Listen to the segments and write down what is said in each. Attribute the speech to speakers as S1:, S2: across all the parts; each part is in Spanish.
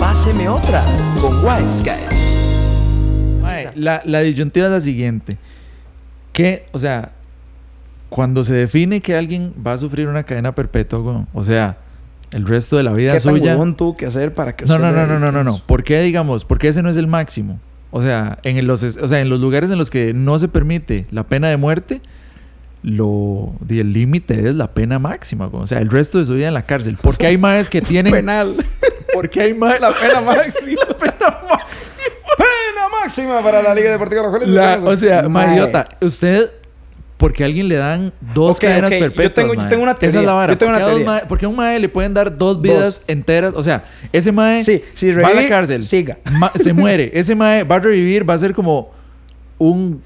S1: Haceme otra con White Sky.
S2: Mae, la, la disyuntiva es la siguiente. Que, o sea, cuando se define que alguien va a sufrir una cadena perpetua, weón, o sea, el resto de la vida
S1: ¿Qué tan
S2: suya.
S1: huevón tuvo que hacer para que
S2: No,
S1: usted
S2: no,
S1: le
S2: no,
S1: dedique
S2: no, no, no,
S1: eso?
S2: no. ¿Por qué, digamos? Porque ese no es el máximo. O sea, en el- los, es- o sea, en los lugares en los que no se permite la pena de muerte, lo, di, el límite es la pena máxima. weón. O sea, el resto de su vida en la cárcel. Porque hay madres que tienen.
S1: Penal.
S2: Porque hay madres. La pena máxima. la pena máxima.
S1: Pena máxima para la Liga Deportiva Rojuelense.
S2: La-
S1: Tenemos-
S2: o sea,
S1: Mae.
S2: Mariota, usted, porque a alguien le dan dos
S1: Ok,
S2: cadenas
S1: ok, yo
S2: perpetuas?
S1: tengo- yo
S2: mae?
S1: tengo una
S2: Esa es
S1: teoría,
S2: la vara.
S1: yo tengo
S2: ¿Por
S1: una
S2: qué a dos
S1: teoría.
S2: mae- por qué a un mae le pueden dar dos vidas enteras? O sea, ese mae
S1: Sí, si
S2: va a la
S1: revive,
S2: cárcel,
S1: siga.
S2: ma- se muere. Ese mae va a revivir, va a ser como un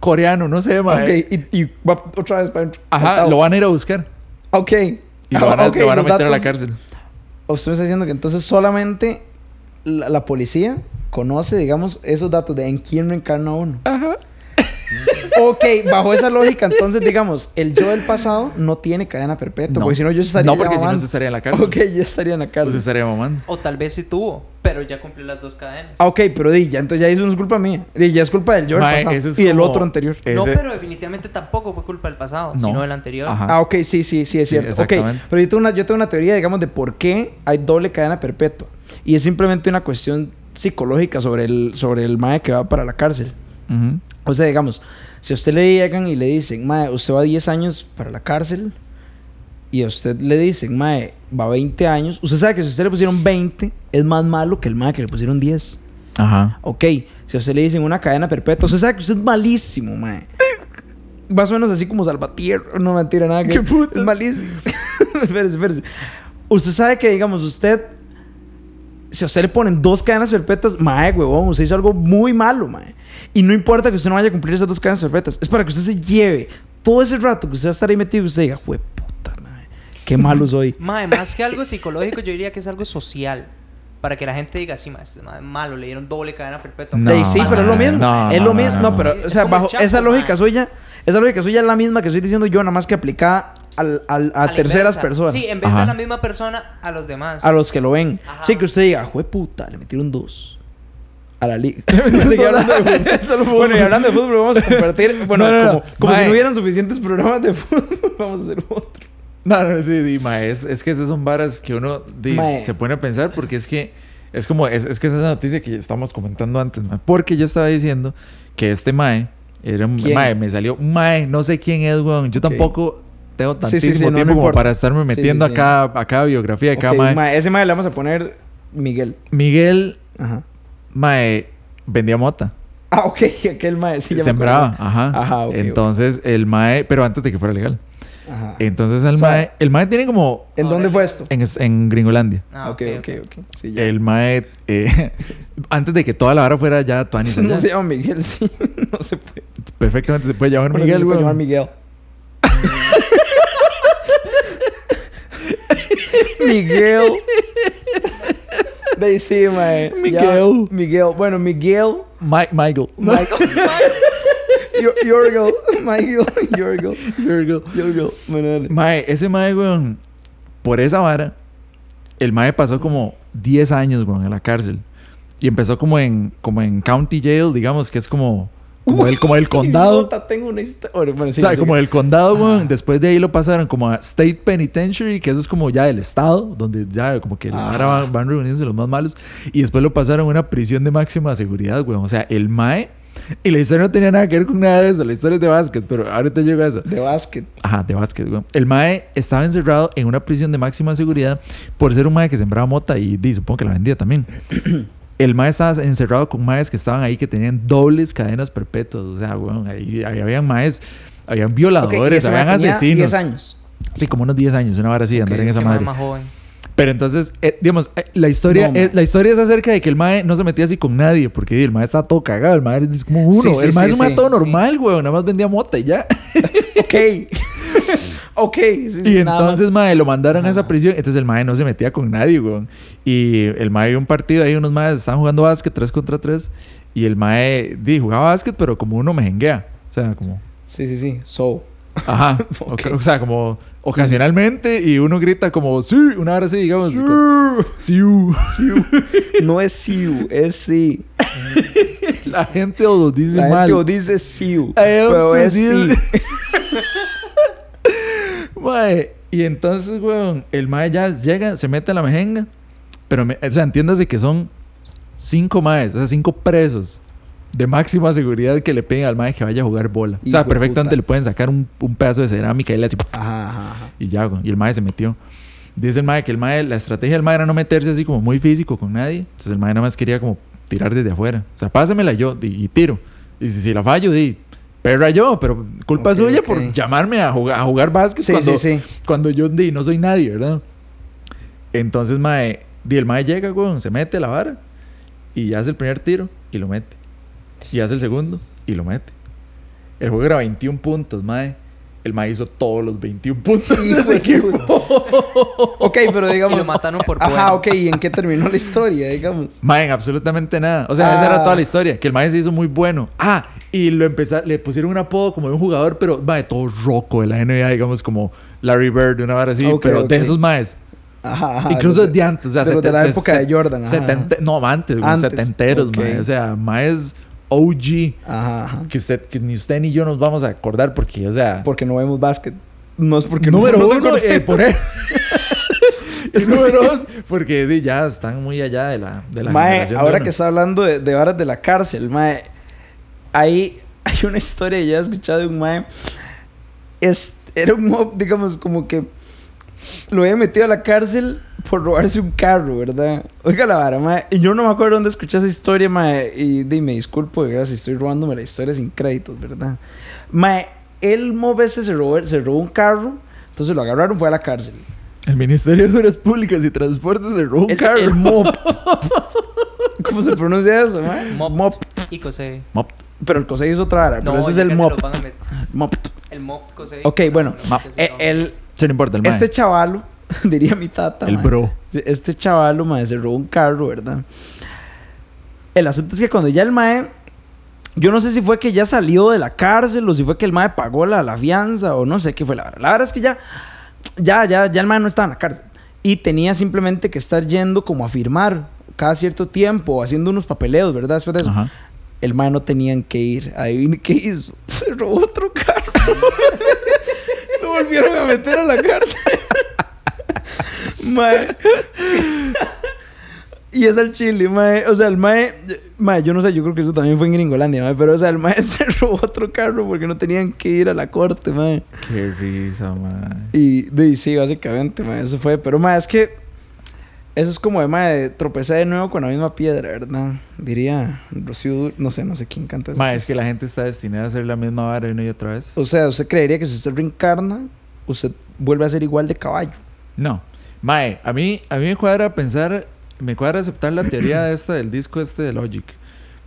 S2: coreano, no sé, mae.
S1: Ok, y, y va otra vez para adentro.
S2: Ajá,
S1: Saltado.
S2: lo van a ir a buscar.
S1: Ok. Ah,
S2: Y lo van a,
S1: Ok,
S2: lo van a
S1: los
S2: meter a la
S1: datos-
S2: cárcel.
S1: Usted me está diciendo que entonces solamente la, la policía conoce, digamos, esos datos de en quién reencarna uno.
S2: Ajá.
S1: Ok, bajo esa lógica, entonces, digamos, el yo del pasado no tiene cadena perpetua,
S2: No.
S1: porque si no yo estaría
S2: No, porque si no,
S1: llamando.
S2: se estaría en la cárcel.
S1: Ok, yo estaría en la
S2: Pues
S1: cárcel.
S2: se estaría mamando.
S3: O tal vez sí tuvo, pero ya cumplió las dos cadenas.
S1: Ah, ok, pero di, ya, entonces ya eso no es culpa mía. Di, ya es culpa del yo del
S2: Mae,
S1: pasado
S2: eso es
S1: y del
S2: como-
S1: otro anterior.
S2: Ese-
S3: No, pero definitivamente tampoco fue culpa del pasado,
S2: No.
S3: sino del anterior.
S2: Ajá.
S1: Ah, ok, sí, sí, sí, es
S2: Sí,
S1: cierto. Ok,
S2: exactamente.
S1: pero yo tengo, una, yo tengo una teoría, digamos, de por qué hay doble cadena perpetua. Y es simplemente una cuestión psicológica sobre el, sobre el mae que va para la cárcel.
S2: Ujú.
S1: O sea, digamos, si a usted le llegan y le dicen, mae, usted va 10 años para la cárcel, y a usted le dicen, mae, va 20 años, usted sabe que si a usted le pusieron 20, es más malo que el mae que le pusieron 10.
S2: Ajá.
S1: Ok, si a usted le dicen una cadena perpetua, usted sabe que usted es malísimo, mae. Más o menos así como Salvatierra, no mentira, nada que.
S2: ¡Qué puta!
S1: Es malísimo. espérese, espérese. Usted sabe que, digamos, usted. Si a usted le ponen dos cadenas perpetuas, mae, huevón, usted hizo algo muy malo, mae. Y no importa que usted no vaya a cumplir esas dos cadenas perpetuas, es para que usted se lleve todo ese rato que usted va a estar ahí metido y usted diga, "Jue puta, mae, qué malo soy.
S3: Mae, más que algo psicológico, yo diría que es algo social. Para que la gente diga, sí, mae, este mae es malo, le dieron doble cadena perpetua.
S2: No,
S1: Dey, sí, pero es lo mismo.
S2: no,
S1: es
S2: no,
S1: lo
S2: no,
S1: mismo.
S2: no,
S1: No,
S2: no.
S1: pero,
S3: Sí,
S1: o
S3: es
S1: sea,
S3: como el
S1: bajo
S3: Chapo,
S1: esa lógica
S3: mae.
S1: suya, esa lógica suya es la misma que estoy diciendo yo, nada más que aplicada al, al- a,
S3: A la
S1: terceras
S3: inversa.
S1: personas.
S3: Sí, en vez
S2: Ajá.
S3: de la misma persona, a los demás.
S1: A los que lo ven.
S3: Ajá.
S1: Sí, que usted diga, jue puta, le metieron dos. A la liga. bueno, y hablando de fútbol, vamos a compartir. Bueno,
S2: No, no, no.
S1: como, como si
S2: Mae.
S1: no hubieran suficientes programas de fútbol, vamos a hacer otro.
S2: No, no, sí, di, mae, es, es que esas son varas que uno di,
S1: Mae.
S2: se pone a pensar porque es que es como, es, es que esa es la noticia que estamos comentando antes, mae, porque yo estaba diciendo que este mae era un
S1: ¿Quién?
S2: mae, me salió un mae, no sé quién es, weón, yo tampoco tengo
S1: Sí, sí,
S2: tantísimo
S1: sí, no, no
S2: tiempo como
S1: importa.
S2: para estarme
S1: Sí, sí,
S2: metiendo
S1: sí.
S2: a, cada, a cada biografía, a cada
S1: Ok,
S2: mae.
S1: mae, Ese mae le vamos a poner Miguel.
S2: Miguel,
S1: Ajá.
S2: mae, vendía mota,
S1: Ah, ok, aquel mae. Sí, ya me
S2: sembraba,
S1: acordé.
S2: ajá.
S1: Ajá, ok,
S2: Entonces, el mae, pero antes de que fuera legal.
S1: Ajá.
S2: Entonces, el
S1: Ah. O sea,
S2: mae, el mae tiene como
S1: ¿En dónde fue esto?
S2: en, en Gringolandia.
S3: Ah,
S1: ok, ok, ok. Sí, ya.
S2: El mae, eh, antes de que toda la hora fuera ya Tuani.
S1: No
S2: allá.
S1: se llama Miguel, sí. No se puede.
S2: Perfectamente se puede llamar
S1: Bueno,
S2: Miguel,
S1: se puede llamar
S2: weón.
S1: Miguel. Miguel. De ahí sí, mae. Se
S2: Miguel.
S1: llama Miguel. Bueno, Miguel.
S2: Mi- Michael.
S1: Michael. Yo- Yorgo. Michael. Yorgo. Yorgo. Bueno, dale.
S2: Mae, ese mae, weón, por esa vara, el mae pasó como 10 años, weón, en la cárcel. Y empezó como en, como en county jail, digamos, que es como, como, el, como el condado.
S1: Nota, tengo una historia. Bueno, sí,
S2: o sea,
S1: sí.
S2: como el condado, weón. Después de ahí lo pasaron como a State Penitentiary, que eso es como ya del estado, donde ya como que la vara van, van reuniéndose los más malos. Y después lo pasaron a una prisión de máxima seguridad, weón. O sea, el MAE. Y la historia no tenía nada que ver con nada de eso. La historia es de básquet, pero ahorita llego a eso.
S1: De básquet.
S2: Ajá, de básquet, weón. El MAE estaba encerrado en una prisión de máxima seguridad por ser un MAE que sembraba mota y, di, supongo que la vendía también. El MAE estaba encerrado con MAEs que estaban ahí que tenían dobles cadenas perpetuas. O sea, weón, ahí, ahí habían MAEs, habían
S1: Ok, y
S2: violadores,
S1: ese mae
S2: habían
S1: tenía
S2: asesinos.
S1: 10 años.
S2: Sí, como unos 10 años, una vara así, andar en esa
S3: Qué mae
S2: madre.
S3: más joven.
S2: Pero entonces, eh, digamos, eh, la historia,
S1: No,
S2: es,
S1: mae.
S2: la historia es acerca de que el mae no se metía así con nadie, porque di, el mae estaba todo cagado, el mae es como uno,
S1: Sí, sí,
S2: el mae
S1: sí,
S2: es un mae
S1: sí,
S2: todo
S3: sí.
S2: normal, weón, nada más vendía mota y ya.
S1: Ok. ok. sí, sí,
S2: Y
S1: nada más.
S2: entonces, mae, lo mandaron a esa prisión. Entonces, el mae no se metía con nadie, weón. Y el mae vio un partido ahí, unos maes estaban jugando básquet 3 contra 3. Y el mae, di, jugaba básquet, pero como uno mejenguea. O sea, como.
S1: Sí, sí, sí. So.
S2: Ajá.
S1: Ok.
S2: O, o sea, como ocasionalmente y uno grita como sí, una hora así, digamos. como, Sí. uh".
S1: No es Siu, es sí.
S2: La gente lo dice
S1: La gente
S2: mal.
S1: lo dice Siu.
S2: La gente
S1: Pero es sí.
S2: dice- Mae, y entonces, weón, el mae ya llega, se mete a la mejenga. Pero, me- o sea, entiéndase que son cinco maes, o sea, cinco presos de máxima seguridad que le piden al mae que vaya a jugar bola. o sea,
S1: Hijo de puta.
S2: perfectamente le pueden sacar un, un pedazo de cerámica y le hace
S1: Ajá, ajá, ajá.
S2: y ya, güey. Y el mae se metió. Dice el mae que el mae, la estrategia del mae era no meterse así como muy físico con nadie. Entonces el mae nada más quería como tirar desde afuera. O sea, pásamela yo di- y, tiro. Y si, si la fallo, di, perra yo, pero culpa
S1: Ok,
S2: suya
S1: ok.
S2: por llamarme a jugar, a jugar básquet
S1: Sí,
S2: cuando,
S1: sí, sí.
S2: cuando yo di, no soy nadie, ¿verdad? Entonces, mae, di, el mae llega, güey, se mete la vara y hace el primer tiro y lo mete. Y hace el segundo y lo mete. El juego era 21 puntos, mae. El mae hizo todos los 21 puntos de ese equipo.
S1: Ok, pero digamos.
S3: Y lo mataron por
S1: Ajá,
S3: bueno.
S1: ok, ¿y en qué terminó la historia, digamos?
S2: Mae, en absolutamente nada. O sea, esa
S1: Ah.
S2: era toda la historia. Que el mae se hizo muy bueno. Ah, y lo empeza- le pusieron un apodo como de un jugador, pero mae, todo roco de la NBA, digamos, como Larry Bird, una vara así.
S1: Ok,
S2: pero
S1: ok.
S2: de esos maes.
S1: Ajá, ajá.
S2: Incluso
S1: de-
S2: de antes. O sea,
S1: de los de la
S2: seten-
S1: época
S2: se-
S1: de Jordan, ajá.
S2: setenta- no, antes, güey,
S1: Antes,
S2: setenteros,
S1: ok.
S2: mae. O sea, maes OG.
S1: Ajá, ajá.
S2: Que, usted, que ni usted ni yo nos vamos a acordar porque, o sea...
S1: Porque no vemos básquet. No es porque
S2: número
S1: no nos
S2: uno,
S1: acordemos.
S2: eh, por eso. y número dos, porque di, ya están muy allá de la, de la
S1: Mae,
S2: generación de
S1: ahora
S2: uno.
S1: que está hablando de, de varas de la cárcel, mae, hay, hay una historia que ya he escuchado de un mae. Es, era un mob, digamos, como que lo había metido a la cárcel por robarse un carro, ¿verdad? Oiga la vara, mae. Y yo no me acuerdo dónde escuché esa historia, mae. Y dime, disculpo, de verdad, si estoy robándome la historia sin créditos, ¿verdad? Mae, el mob ese se robó, se robó un carro, entonces lo agarraron, fue a la cárcel.
S2: El Ministerio de Obras Públicas y Transportes se robó un
S1: El-
S2: carro.
S1: el
S2: mop.
S1: ¿Cómo se pronuncia eso, mae?
S3: Mop.
S1: Mop.
S3: Y Cosey.
S2: mop.
S1: Pero el cosa hizo otra vara, pero ese es el mop. Mop.
S3: El mop Cosey.
S1: Ok, bueno.
S2: Mop.
S1: Eh, el,
S2: Se no importa, el mae.
S1: este chavalo, diría mi tata.
S2: el
S1: mae.
S2: bro.
S1: Este chavalo, mae, se robó un carro, ¿verdad? El asunto es que cuando ya el mae. Yo no sé si fue que ya salió de la cárcel o si fue que el mae pagó la, la fianza o no sé qué fue la verdad. La verdad es que ya. Ya, ya, ya el mae no estaba en la cárcel. Y tenía simplemente que estar yendo como a firmar cada cierto tiempo, haciendo unos papeleos, ¿verdad? Después de eso.
S2: Ajá.
S1: El mae no tenían que ir. Adivine qué hizo. Se robó otro carro. Lo volvieron a meter a la cárcel. mae. Y es al chile, mae. O sea, el mae. Mae, yo no sé, yo creo que eso también fue en Gringolandia, mae. Pero, o sea, el mae se robó otro carro porque no tenían que ir a la corte, mae.
S2: Qué risa, mae.
S1: Y de, sí, básicamente, mae. Eso fue. Pero, mae, es que. Eso es como de, mae, tropecé de nuevo con la misma piedra, ¿verdad? Diría Rocío Dur- No sé, no sé quién canta eso.
S2: Mae, es que la gente está destinada a hacer la misma vara una y otra vez.
S1: O sea, ¿usted creería que si usted reencarna, usted vuelve a ser igual de caballo?
S2: No. Mae, a mí, a mí me cuadra pensar... Me cuadra aceptar la teoría esta del disco este de Logic.
S3: Eh,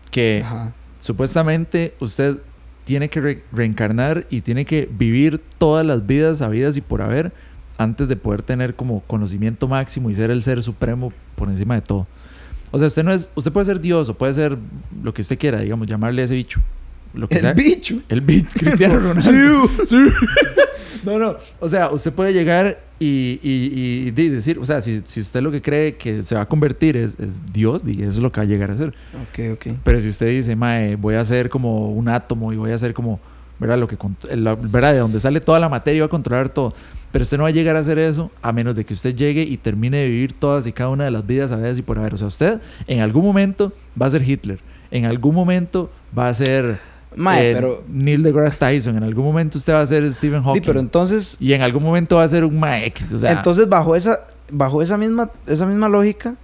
S2: Que...
S1: Ajá.
S2: Supuestamente usted tiene que re- reencarnar y tiene que vivir todas las vidas habidas y por haber antes de poder tener como conocimiento máximo y ser el ser supremo por encima de todo. O sea, usted no es, usted puede ser Dios o puede ser lo que usted quiera, digamos, llamarle a ese bicho. Lo que
S1: El
S2: sea.
S1: bicho.
S2: El bicho. Cristiano Ronaldo. Sí. No, no. O sea, usted puede llegar y, y- y- y di- decir, o sea, si, si usted lo que cree que se va a convertir es, es Dios, di, eso es lo que va a llegar a ser.
S1: Ok, ok.
S2: Pero si usted dice, mae, voy a hacer como un átomo y voy a hacer como, ¿verdad? Lo que cont- la- ¿verdad? De donde sale toda la materia y va a controlar todo. Pero usted no va a llegar a hacer eso a menos de que usted llegue y termine de vivir todas y cada una de las vidas a veces y por haber. O sea, usted en algún momento va a ser Hitler. En algún momento va a ser
S1: Mae,
S2: eh,
S1: pero...
S2: Neil deGrasse Tyson. En algún momento usted va a ser Stephen
S1: Sí,
S2: Hawking.
S1: pero entonces...
S2: Y en algún momento va a ser un Mae X. O sea,
S1: entonces, bajo esa, bajo esa misma, esa misma lógica,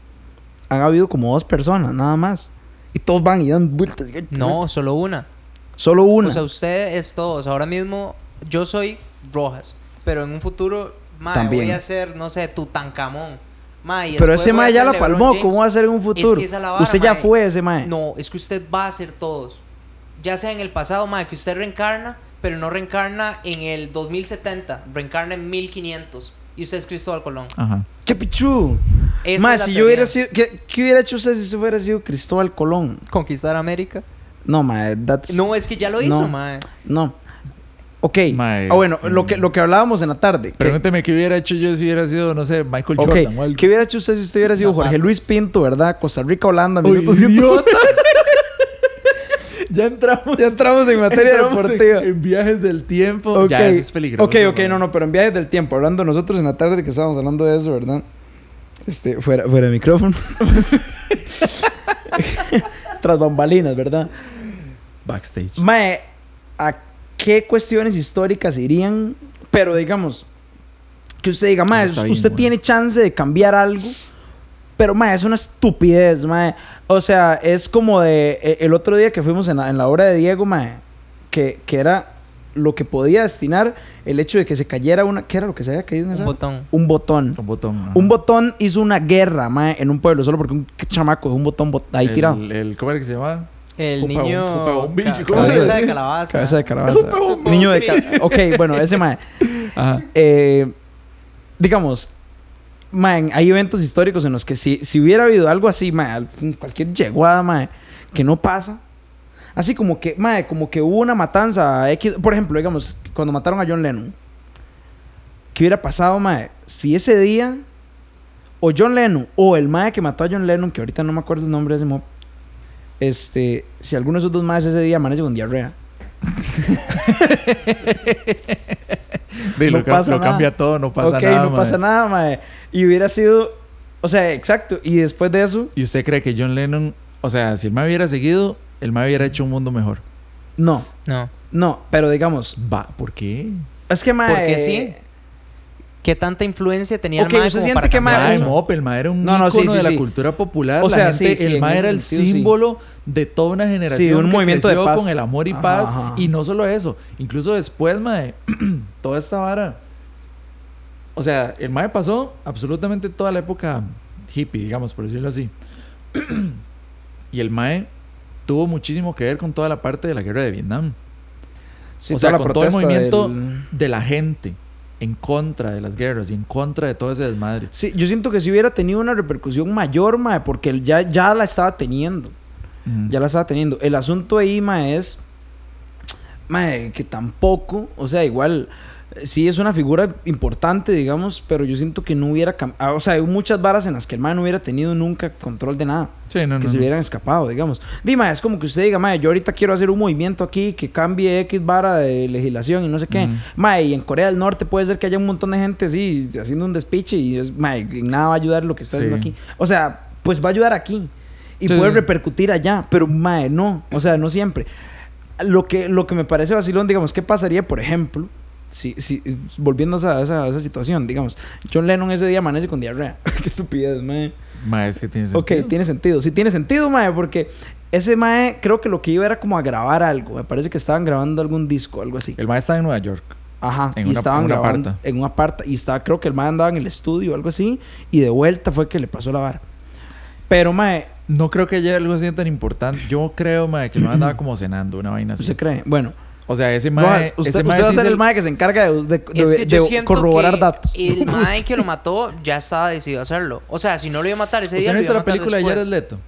S1: han habido como dos personas, nada más. Y todos van y dan vueltas. y-
S3: No, solo una.
S1: Solo una.
S3: O sea, usted es todos. Ahora mismo yo soy Rojas. Pero en un futuro, mae,
S1: También.
S3: voy a ser, no sé, Tutankamón. Mae, y
S1: pero
S3: después
S1: ese
S3: voy a
S1: mae ya
S3: ser
S1: la
S3: LeBron
S1: palmó.
S3: James.
S1: ¿Cómo va a ser en un futuro?
S3: Es que esa es la vara,
S1: usted ya
S3: mae.
S1: fue ese mae.
S3: No, es que usted va a ser todos. Ya sea en el pasado, mae, que usted reencarna, pero no reencarna en el 2070, reencarna en 1500. Y usted es Cristóbal Colón.
S2: Ajá.
S1: ¡Qué pichu!
S3: Esa
S1: Mae,
S3: es la
S1: si yo hubiera sido...
S3: teoría.
S1: ¿qué, qué hubiera hecho usted si usted hubiera sido Cristóbal Colón?
S3: Conquistar América.
S1: No, mae, that's...
S3: No, es que ya lo hizo,
S1: No.
S3: mae.
S1: No. Ok.
S2: Mae,
S1: ah, bueno,
S2: es que-
S1: lo que, lo que hablábamos en la tarde. que-
S2: Pregúnteme qué hubiera hecho yo si hubiera sido, no sé, Michael
S1: ok,
S2: Jordan o algo.
S1: ¿qué hubiera hecho usted si usted hubiera sido Jorge
S3: Zapatos.
S1: Luis Pinto, verdad? Costa Rica, Holanda,
S2: Uy,
S1: minuto 100.
S2: idiota. ya entramos.
S1: Ya entramos en materia
S2: entramos en-
S1: deportiva.
S2: En, viajes del tiempo.
S1: Ok.
S2: Ya, eso es peligroso.
S1: Ok, ok, no, no, pero en viajes del tiempo, hablando nosotros en la tarde que estábamos hablando de eso, ¿verdad? Este, fuera, fuera de micrófono. Tras bambalinas, ¿verdad?
S2: Backstage.
S1: Mae, ¿a qué cuestiones históricas irían? Pero digamos, que usted diga, mae,
S2: Está
S1: usted
S2: bien, bueno.
S1: tiene chance de cambiar algo, pero mae, es una estupidez, mae. O sea, es como de e- el otro día que fuimos en la, en la obra de Diego, mae, que, que era lo que podía destinar el hecho de que se cayera una. ¿Qué era lo que se había caído en esa?
S3: Un botón.
S1: Un botón.
S2: Un botón. ajá.
S1: Un botón hizo una guerra, mae, en un pueblo, solo porque un chamaco dejó un botón bot- ahí
S2: El-
S1: tirado.
S2: El, ¿Cómo era que se llamaba?
S3: El
S2: Opa,
S3: niño.
S2: opa, bombillo,
S3: ca-
S2: ¿cómo
S1: es?
S3: cabeza de calabaza.
S1: Cabeza de calabaza. Niño de calabaza. Ok, bueno, ese mae.
S2: Ajá.
S1: eh, digamos, man, hay eventos históricos en los que si, si hubiera habido algo así, man, cualquier yeguada, man, que no pasa. Así como que, man, como que hubo una matanza. X, por ejemplo, digamos, cuando mataron a John Lennon. ¿Qué hubiera pasado, man? Si ese día, o John Lennon, o el mae que mató a John Lennon, que ahorita no me acuerdo el nombre de ese mob, este, si alguno de esos dos maes ese día amanece con diarrea.
S2: Di,
S1: No
S2: lo, ca-
S1: pasa
S2: lo
S1: nada.
S2: cambia todo, no pasa
S1: ok,
S2: nada.
S1: no
S2: mae.
S1: pasa nada, mae. Y hubiera sido. O sea, exacto. Y después de eso,
S2: ¿Y usted cree que John Lennon, o sea, si el me hubiera seguido, el me hubiera hecho un mundo mejor?
S1: no.
S3: No.
S1: No, pero digamos.
S2: Va, ¿por qué?
S1: Es que, mae.
S3: Porque sí. ¿Qué tanta influencia tenía
S1: Ok,
S3: el mae
S1: ¿usted
S3: como
S1: siente
S3: para
S1: que mae
S3: cambiar
S2: Mae,
S1: es
S3: eso?
S1: un-
S2: Mop, el mae era un
S1: No, no, sí,
S2: ícono
S1: sí,
S2: de
S1: sí.
S2: la cultura popular.
S1: O
S2: La
S1: sea, sí,
S2: gente-
S1: sí,
S2: el
S1: en
S2: mae
S1: ese
S2: era el
S1: sentido, sí.
S2: símbolo de toda una generación.
S1: Sí, de un
S2: que
S1: movimiento de
S2: creció
S1: paz.
S2: Con el amor y
S1: Ajá,
S2: paz.
S1: ajá.
S2: Y no solo eso, incluso después, mae, toda esta vara. O sea, el mae pasó absolutamente toda la época hippie, digamos, por decirlo así. y el mae tuvo muchísimo que ver con toda la parte de la guerra de Vietnam
S1: sí,
S2: o sea,
S1: toda
S2: con todo el
S1: protesta
S2: movimiento
S1: del-
S2: de la gente en contra de las guerras y en contra de todo ese desmadre.
S1: Sí, yo siento que si hubiera tenido una repercusión mayor, mae, porque el- ya, ya la estaba teniendo.
S2: Ujú.
S1: Ya la estaba teniendo. El asunto ahí, mae, es. Mae, que tampoco. O sea, igual. eh, Sí, es una figura importante, digamos, pero yo siento que no hubiera... cam- ah, O sea, hay muchas varas en las que el mae no hubiera tenido nunca control de nada.
S2: Sí, no, no,
S1: que se
S2: no.
S1: hubieran escapado, digamos. Dima, es como que usted diga, mae, yo ahorita quiero hacer un movimiento aquí que cambie X vara de legislación y no sé qué.
S2: Ujú.
S1: Mae, y en Corea del Norte puede ser que haya un montón de gente así haciendo un despiche y es, mae, en nada va a ayudar lo que está
S2: Sí.
S1: haciendo aquí. O sea, pues va a ayudar aquí y
S2: Sí,
S1: puede
S2: sí.
S1: repercutir allá, pero mae, no, o sea, no siempre. Lo que, lo que me parece vacilón, digamos, ¿qué pasaría, por ejemplo? Si, si, volviendo a esa, a esa- a esa situación, digamos, John Lennon ese día amanece con diarrea. Qué estupidez, mae.
S2: Ma, es que tiene
S1: Ok,
S2: sentido.
S1: tiene sentido. Sí, tiene sentido, mae, porque ese mae creo que lo que iba era como a grabar algo. Me parece que estaban grabando algún disco, algo así.
S2: El mae está en Nueva York.
S1: Ajá.
S2: en
S1: y
S2: una-
S1: estaban
S2: en una
S1: grabando
S2: aparta.
S1: en una aparta. Y estaba, creo que el mae andaba en el estudio, algo así. Y de vuelta fue que le pasó la vara. Pero, mae,
S2: No creo que haya algo así tan importante. Yo creo, mae, que el mae andaba como cenando, una vaina así.
S1: ¿usted cree? Bueno,
S2: O sea, ese mae...
S1: Rojas, usted,
S2: ese mae
S1: usted va a
S2: sí
S1: ser
S2: es
S1: el mae que se encarga de, de- de-
S3: Es que yo
S1: de
S3: siento
S1: corroborar
S3: que
S1: datos.
S3: El mae que lo mató ya estaba decidido a hacerlo. O sea, si no lo iba a matar ese
S2: ¿Usted
S3: día,
S2: no
S3: lo iba
S2: hizo
S3: a
S2: la
S3: matar
S2: película de
S3: después.
S2: Jared Leto?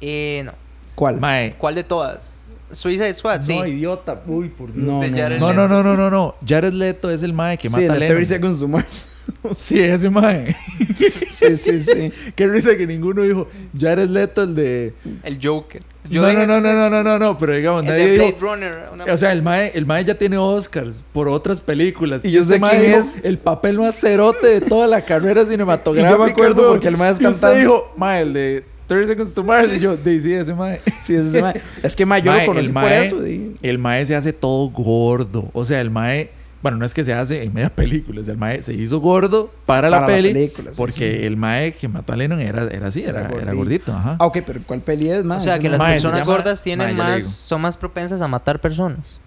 S3: Eh, no.
S1: ¿Cuál?
S2: Mae.
S3: ¿Cuál de todas? Suicide Squad, sí.
S2: No, idiota. Uy, por Dios.
S1: No,
S3: de
S1: no,
S3: Jared
S1: no.
S2: No, no, no, no, no, no. Jared Leto es el mae que
S1: Sí,
S2: mata
S1: la
S2: a
S1: Theory
S2: Lennon.
S1: Seconds to Mars.
S2: Sí, ese mae.
S1: Sí, sí, sí.
S2: Qué risa que ninguno dijo Jared Leto, el de...
S3: El Joker.
S2: No, no,
S3: dije
S2: no, no, no,
S3: Suicide
S2: no,
S3: Squad.
S2: no, no. Pero digamos,
S3: El
S2: nadie
S3: de
S2: dijo...
S3: Blade Runner. una
S2: O sea, el
S3: cosa
S2: mae, el mae ya tiene Oscars por otras películas. Este
S1: Y yo sé
S2: mae
S1: quién
S2: dijo,
S1: es.
S2: El papel más cerote de toda la carrera cinematográfica.
S1: Y yo me acuerdo
S2: weón.
S1: porque el mae es
S2: Y usted
S1: cantante.
S2: dijo, mae, el de 30 Seconds to Mars. Y yo, "Di, sí, ese mae.
S1: Sí, ese mae. Es que mae, yo
S2: Mae,
S1: lo conocí
S2: el
S1: por
S2: mae-
S1: eso. sí.
S2: El mae se hace todo gordo. O sea, el mae... Bueno, no es que se hace en media película. o sea, el mae se hizo gordo para, la
S1: Para la
S2: peli.
S1: película, sí,
S2: porque
S1: sí.
S2: el mae que mató a Lennon era, era así, era,
S1: Era
S2: era gordito.
S1: gordito.
S2: ajá.
S1: Ah, ok, pero ¿cuál peli es, mae?
S3: O sea,
S1: Ese
S3: que
S1: no-
S3: las
S2: Mae, se
S3: personas
S2: llama-
S3: gordas tienen
S2: Mae, ya le
S3: más,
S2: digo.
S3: son más propensas a matar personas.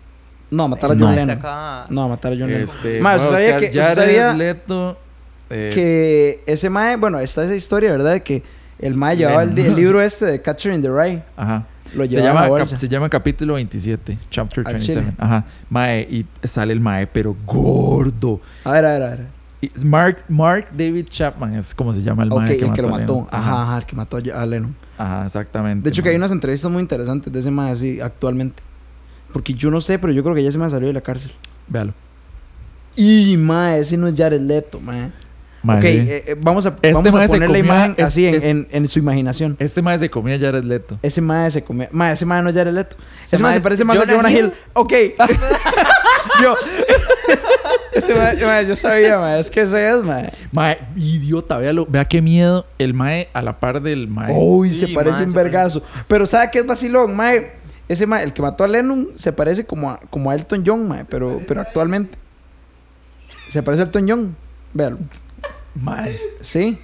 S1: No, matar a
S2: No.
S1: John
S3: Se
S1: Lennon.
S3: acaba-
S1: No, matar a John Lennon.
S2: Este,
S1: Mae,
S2: voy a
S1: ¿usted sabía
S2: buscar
S1: que- usted
S2: Jared
S1: sabía
S2: Leto... eh,
S1: Que ese mae, bueno, está esa historia, ¿verdad? De que el mae llevaba el, di- el libro este de Catcher in the Rye.
S2: Ajá.
S1: Lo llevaba
S2: Se
S1: en
S2: llama,
S1: la
S2: cap-
S1: bolsa.
S2: se llama capítulo 27, chapter
S1: Al
S2: 27.
S1: chile.
S2: Ajá. Mae, y sale el Mae, pero gordo.
S1: A ver, a ver, a ver.
S2: Y es Mark, Mark David Chapman es como se llama el
S1: ok,
S2: Mae.
S1: el que lo
S2: a
S1: mató.
S2: Leon.
S1: Ajá, ajá, el que mató a J- a Lennon.
S2: Ajá, exactamente.
S1: De hecho, que hay
S2: mae.
S1: unas entrevistas muy interesantes de ese mae así actualmente. Porque yo no sé, pero yo creo que ya se me salió de la cárcel.
S2: Véalo.
S1: Y, mae, ese no es Jared Leto, mae.
S2: Mae,
S1: ok,
S2: sí.
S1: eh, eh, vamos a,
S2: Este
S1: vamos a
S2: mae se
S1: poner la
S2: comió
S1: imagen
S2: es-
S1: así en,
S2: es-
S1: en- en su imaginación.
S2: Este mae se comía a Jared Leto.
S1: Ese mae se comió. Mae, ese mae no es Jared Leto.
S3: Ese
S1: Ese, mae
S3: mae
S1: se
S3: es
S1: parece más
S3: Jonah
S1: a Jonah Hill.
S3: Hill.
S1: Ok. yo. ese mae, mae, yo sabía, mae. Es que ese es, mae.
S2: Mae, idiota, véalo. Vea qué miedo. El mae a la par del mae.
S1: Uy, se
S3: Sí,
S1: parece
S3: mae,
S1: un
S3: se parece.
S1: vergazo. Pero ¿sabe qué es vacilón, mae? Ese mae, el que mató a Lennon, se parece como a, como a Elton John, mae. Pero, pero actualmente. Se parece a Elton John. Véalo.
S2: Mae.
S1: Sí.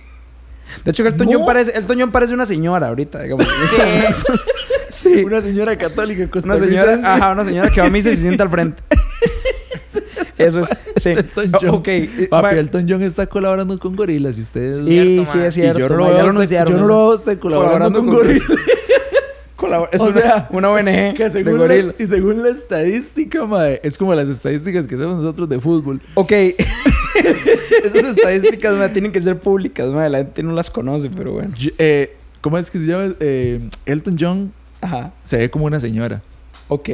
S1: De hecho, que Elton,
S2: No.
S1: John parece, Elton John parece una señora ahorita, digamos.
S2: Sí. Una señora católica
S1: Una señora, ajá, una señora que va a misa y se sienta al frente. Eso es. Sí.
S2: Elton
S1: O-
S2: John.
S1: Ok. eh,
S2: Papi,
S1: va-
S2: Elton John está colaborando con gorilas y ustedes.
S3: Sí,
S1: Sí,
S3: Cierto,
S1: sí,
S3: ma.
S1: es
S2: Y yo
S1: cierto.
S2: no
S1: ma,
S2: lo
S1: ya lo
S2: veo a usted-
S1: anunciaron.
S2: yo no lo veo a usted
S1: Colaborando
S2: colaborando con
S1: con
S2: gorilas.
S1: Colabor- Es
S2: O
S1: una,
S2: sea,
S1: una ONG
S2: Que
S1: de
S2: según la-
S1: gorila.
S2: y según la estadística, mae, es como las estadísticas que hacemos nosotros de fútbol.
S1: Ok. Esas estadísticas ma, tienen que ser públicas. ma, La gente no las conoce, pero bueno.
S2: Yo- eh, ¿Cómo es que se llama? Eh, Elton John
S1: Ajá.
S2: se ve como una señora,
S1: Ok.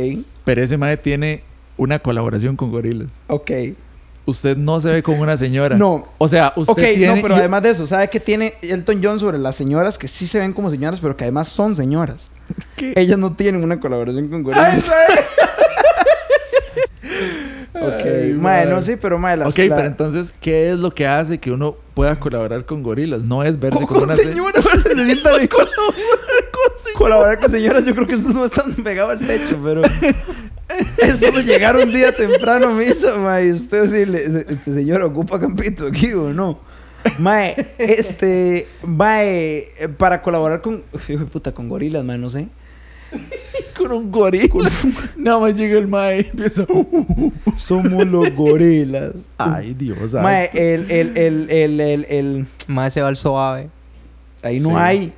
S2: pero ese mae tiene una colaboración con gorilas.
S1: Ok.
S2: Usted no se ve como una señora.
S1: No.
S2: O sea, usted
S1: Ok,
S2: tiene...
S1: no, pero
S2: y-
S1: además de eso, ¿sabe qué tiene Elton John sobre las señoras que sí se ven como señoras, pero que además son señoras?
S2: ¿Qué?
S1: Ellas no tienen una colaboración con
S2: ¡Ah,
S1: gorilas.
S2: esa es!
S1: Ok,
S2: Ay,
S1: mae,
S2: mae.
S1: no sí, pero mae, las
S2: ok,
S1: la-
S2: pero entonces, ¿qué es lo que hace que uno pueda colaborar con gorilas? No es verse
S1: Con-
S2: como
S1: con
S2: una
S1: señoras,
S2: Necesita de
S1: colaborar con señoras, yo creo que esos no están pegados al techo, pero eso de llegar un día temprano a misa, mae, y usted decirle, este señor ocupa campito aquí o no. Mae, este, mae, eh, para colaborar con, Uf, hijo de puta, con gorilas, mae, no sé.
S2: con un gorila. Nada más llega el mae y empieza...
S1: Somos los gorilas.
S2: Ay, Dios. ay.
S1: Mae, el, el, el, el, el, el-
S3: Mae se va al suave.
S1: ahí no
S2: Sí.
S1: hay.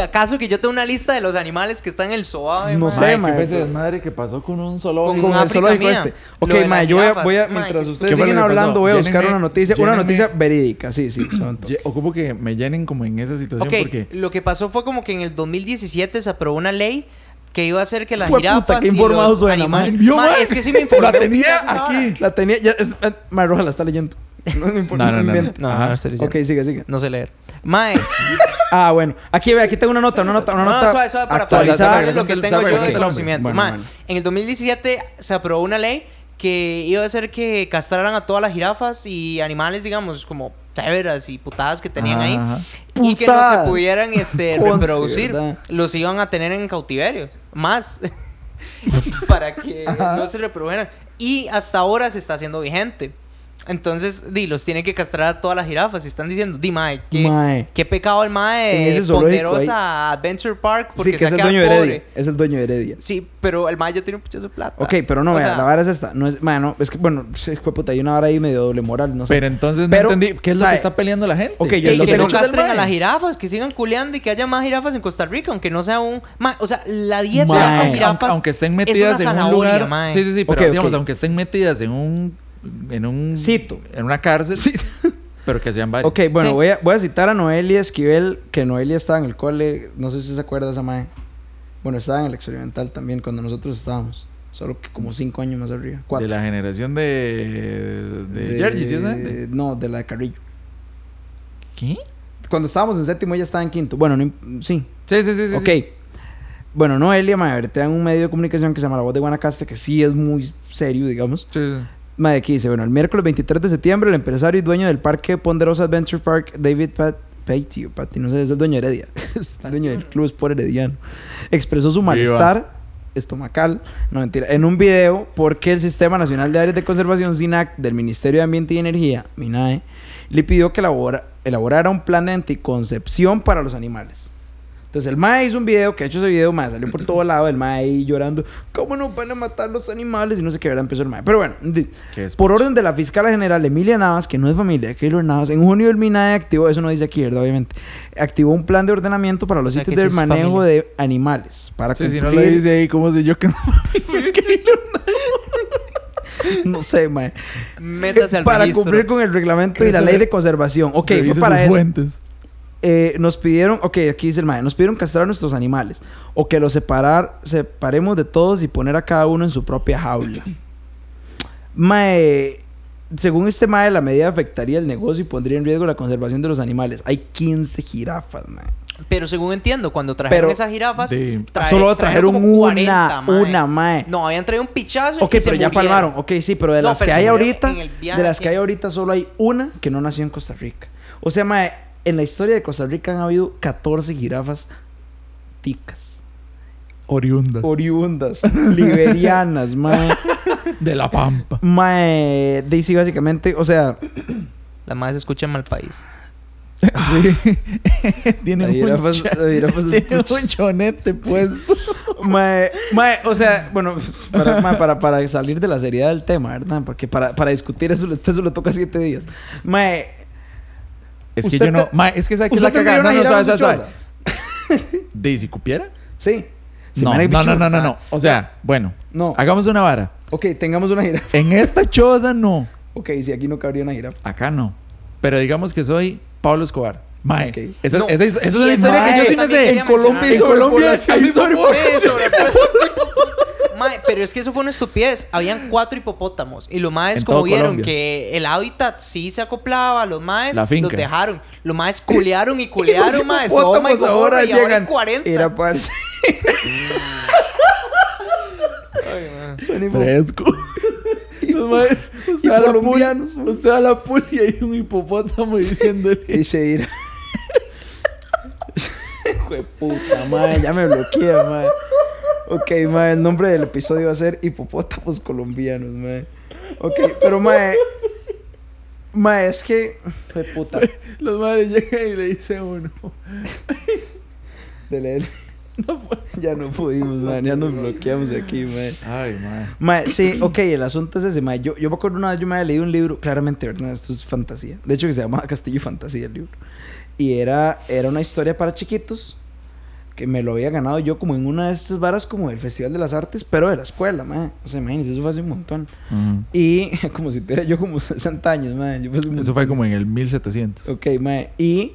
S3: ¿Acaso que yo tengo una lista de los animales que están en el soave?
S1: No
S3: mae?
S1: sé.
S2: Mae,
S1: mae,
S2: qué fue ese
S1: pero-
S2: desmadre que pasó con un solo
S3: Con-
S1: Con el
S3: África
S1: zoológico
S3: mía.
S1: este.
S3: Lo
S1: Ok,
S3: de las
S1: mae, yo voy a,
S3: jirafas.
S1: voy a
S3: Mae,
S1: mientras
S3: qué
S1: ustedes
S2: susto.
S1: siguen
S2: ¿Qué fue lo que
S1: hablando,
S2: pasó?
S1: voy a
S2: Llénenme-
S1: buscar una noticia, una
S2: llénenme.
S1: noticia verídica, sí, sí, son
S2: Ye- Ocupo que me llenen como en esa situación
S3: Ok,
S2: porque...
S3: lo que pasó fue como que en el 2017 se aprobó una ley que iba a hacer que las
S1: Fue puta,
S3: jirafas
S1: qué
S3: y
S1: informado
S3: los
S1: suena,
S3: animales...
S1: mae. Vio,
S3: Mae,
S1: mae.
S3: es que sí me informé.
S1: La tenía
S3: muchas horas.
S1: aquí. La tenía, ya, es, eh, mae, Roja la está leyendo. No, no importa,
S2: No, no, no,
S1: inventa.
S3: No,
S2: Ajá.
S3: no, no sé leer.
S1: Ok, sigue, sigue.
S3: No sé leer. Mae,
S1: Ah, bueno. Aquí ve, aquí tengo una nota, una nota, una
S3: no, no,
S1: nota.
S3: suave, suave, para
S1: actualizada.
S3: actualizar lo que
S2: Sabe,
S3: tengo
S2: sabe,
S3: yo
S2: ok.
S3: de conocimiento.
S2: Bueno,
S3: Mae,
S2: bueno.
S3: en el 2017 se aprobó una ley que iba a hacer que castraran a todas las jirafas y animales, digamos, como severas y putadas que tenían ahí.
S2: Ajá.
S3: Y que no se
S1: Putadas.
S3: pudieran este,
S1: Conste,
S3: reproducir.
S1: ¿verdad?
S3: Los iban a tener en cautiverio. Más. para que
S2: Ajá.
S3: no se reprodujeran. Y hasta ahora se está haciendo vigente. Entonces, di, los tienen que castrar a todas las jirafas. Y están diciendo, di, mae, qué,
S1: Mae.
S3: qué pecado el mae
S1: En
S3: de
S1: ese zoológico
S3: poderosa a Adventure Park porque
S1: Sí, que es
S3: se
S1: el
S3: ha
S1: dueño de
S3: quedado
S1: Heredia.
S3: pobre.
S1: Es el dueño de Heredia.
S3: Sí, pero el mae ya tiene un pichazo de plata.
S1: Ok, pero no,
S3: O
S1: vea,
S3: sea,
S1: la vara es esta. No es, mae, no, es que, bueno, sí, fue puta, hay una vara ahí medio doble moral, no sé.
S2: Pero entonces
S1: Pero,
S2: no entendí. ¿Qué es lo
S1: sabe-
S2: que está peleando la gente?
S1: Ok, yo-
S3: Que,
S1: los
S3: que no
S1: derechos del
S3: castren a
S1: mae.
S3: las jirafas, que sigan culeando y que haya más jirafas en Costa Rica, aunque no sea un... mae, o sea, la dieta
S1: Mae.
S3: de las
S2: aunque,
S3: jirafas...
S2: aunque estén metidas en un
S3: zanahoria,
S2: lugar...
S3: mae.
S2: Sí, sí, sí. Pero
S1: Ok, ok.
S2: digamos, aunque estén metidas en un... En un...
S1: Cito.
S2: En una cárcel. Pero que sean varios.
S1: Ok, bueno,
S3: Sí.
S1: voy, a, voy a citar a Noelia Esquivel, que Noelia estaba en el cole, no sé si se acuerda esa mae. Bueno, estaba en el experimental también cuando nosotros estábamos, solo que como cinco años más arriba. Cuatro.
S2: De la generación de... De, Georgie, ¿sí esa gente?
S1: No, de la de Carrillo.
S2: ¿Qué?
S1: Cuando estábamos en séptimo, ella estaba en quinto. Bueno, no im- sí,
S2: Sí, sí, sí. sí,
S1: ok.
S2: sí.
S1: Bueno, Noelia, mae, ahorita en un medio de comunicación que se llama La Voz de Guanacaste, que sí es muy serio, digamos.
S2: Sí, sí.
S1: Mae, aquí dice, bueno, el miércoles 23 de septiembre, el empresario y dueño del parque Ponderosa Adventure Park, David Pat Patio, Pati, no sé, es el dueño de Heredia, es el dueño del club Sport Herediano, expresó su malestar estomacal, no mentira, en un video porque el Sistema Nacional de Áreas de Conservación, SINAC, del Ministerio de Ambiente y Energía, MINAE, le pidió que elabora- elaborara un plan de anticoncepción para los animales. Entonces el MAE hizo un video, que ha hecho ese video, MAE salió por todo lado, el MAE ahí llorando, ¿cómo no van a matar los animales? Y no sé qué, ¿verdad? Empezó el MAE. Pero bueno, di-
S2: Que es-
S1: por orden de la fiscal general Emilia Navas, que no es familia de Keylor Navas, en junio el MINAE activó, eso no dice aquí, ¿verdad? Obviamente, activó un plan de ordenamiento para los
S3: O sea,
S1: sitios
S3: que
S1: de
S3: sí es
S1: manejo
S3: familia.
S1: de animales. Para
S2: Sí, si
S1: cumplir,
S2: no le dice ahí, ¿cómo sé yo que no?
S1: no sé, mae.
S3: Métase al
S1: para
S3: registro.
S1: cumplir con el reglamento y la
S2: Revise-
S1: ley de conservación. Ok, fue
S2: Revise
S1: para
S2: sus
S1: eso.
S2: fuentes.
S1: Eh, nos pidieron, ok, aquí dice el mae, nos pidieron castrar a nuestros animales o que los separar, separemos de todos y poner a cada uno en su propia jaula. Mae, según este mae, la medida afectaría el negocio y pondría en riesgo la conservación de los animales. Hay 15 jirafas, mae.
S3: Pero según entiendo, cuando trajeron
S1: Pero- Ah,
S3: esas jirafas,
S2: Sí.
S1: Solo trajeron
S3: como
S1: una,
S3: 40, mae.
S1: una, mae.
S3: No, habían traído un pichazo.
S1: Ok,
S3: y se
S1: pero ya
S3: murieron.
S1: palmaron. Ok, sí, pero de
S3: No,
S1: las
S3: pero
S1: que
S3: se
S1: hay
S3: murieron
S1: ahorita,
S3: en el viaje.
S1: de las que hay ahorita, solo hay una que no nació en Costa Rica. O sea, mae, en la historia de Costa Rica han habido 14 jirafas ticas,
S2: Oriundas.
S1: oriundas, liberianas, mae.
S2: de la pampa.
S1: Mae, Daisy, básicamente, o sea,
S3: La madre se escucha en mal país.
S2: sí. Tiene
S1: las
S2: un,
S1: jirafas, las jirafas se
S2: tiene
S1: escuchan.
S2: un chonete puesto.
S1: Mae, mae, o sea, bueno, para, mae, para, para salir de la seriedad del tema, ¿verdad? Porque para, para discutir eso, eso le toca siete días. Mae,
S2: Es que
S1: Usted
S2: yo no.
S1: te-
S2: Ma, es que esa que es
S1: ¿usted
S2: la cagada. No,
S1: tendría
S2: no,
S1: una
S2: sabes,
S1: jirafa
S2: sabes, sabes. ¿De si cupiera?
S1: sí. Si
S2: No,
S1: me haré
S2: no, no,
S1: pichudo.
S2: no, no, no. O sea, bueno.
S1: Ah, No.
S2: Hagamos una vara.
S1: Ok, tengamos una jirafa.
S2: En esta choza no.
S1: Ok, si aquí no cabría una jirafa.
S2: Acá no. Pero digamos que soy Pablo Escobar. Mae.
S1: Ok.
S2: Esa,
S3: No.
S2: esa- esa es
S3: Y
S2: una
S3: es-
S2: historia que yo sí me
S3: también quería
S2: sé.
S1: En Colombia,
S3: mencionar-
S1: en Colombia hay
S3: Sí, sobre- Mae, pero es que eso fue una estupidez. Habían cuatro hipopótamos. Y los maes,
S2: En
S3: como
S2: todo
S3: vieron
S2: Colombia.
S3: que el hábitat sí se acoplaba, los maes
S2: La finca.
S3: los dejaron. Los maes culearon y culearon, maes. Sodoma y
S1: hipopótamos
S3: Gomorra,
S1: ahora
S3: y ahora hay
S1: llegan. Eh,
S3: 40.
S1: Era parce. Son hipo-
S2: Fresco. Los maes-
S1: y
S2: usted, va a la
S1: colombianos,
S2: pul- usted va a la pul y hay un hipopótamo diciéndole.
S1: Y se irá. Hijo de puta, madre, ya me bloquea, madre. Ok, madre, el nombre del episodio va a ser Hipopótamos Colombianos, madre. Ok, pero madre. Madre, es que. Hijo de puta.
S2: Los madres llegan y le dicen a uno.
S1: Dele, dele. ya no pudimos, madre, ya nos bloqueamos aquí, madre.
S2: Ay, mae.
S1: Mae, sí, ok, el asunto es ese, mae. Yo, yo me acuerdo una vez yo me había leído un libro, claramente, ¿verdad? Esto es fantasía. De hecho, que se llama Castillo y Fantasía el libro. Y era, era una historia para chiquitos que me lo había ganado yo como en una de estas varas como del Festival de las Artes, pero de la escuela, mae. O sea, imagínense, eso fue hace un montón. Y como si tuviera yo como 60 años, mae. Yo fue hace un
S2: Eso fue como en el 1700.
S1: Ok, mae. Y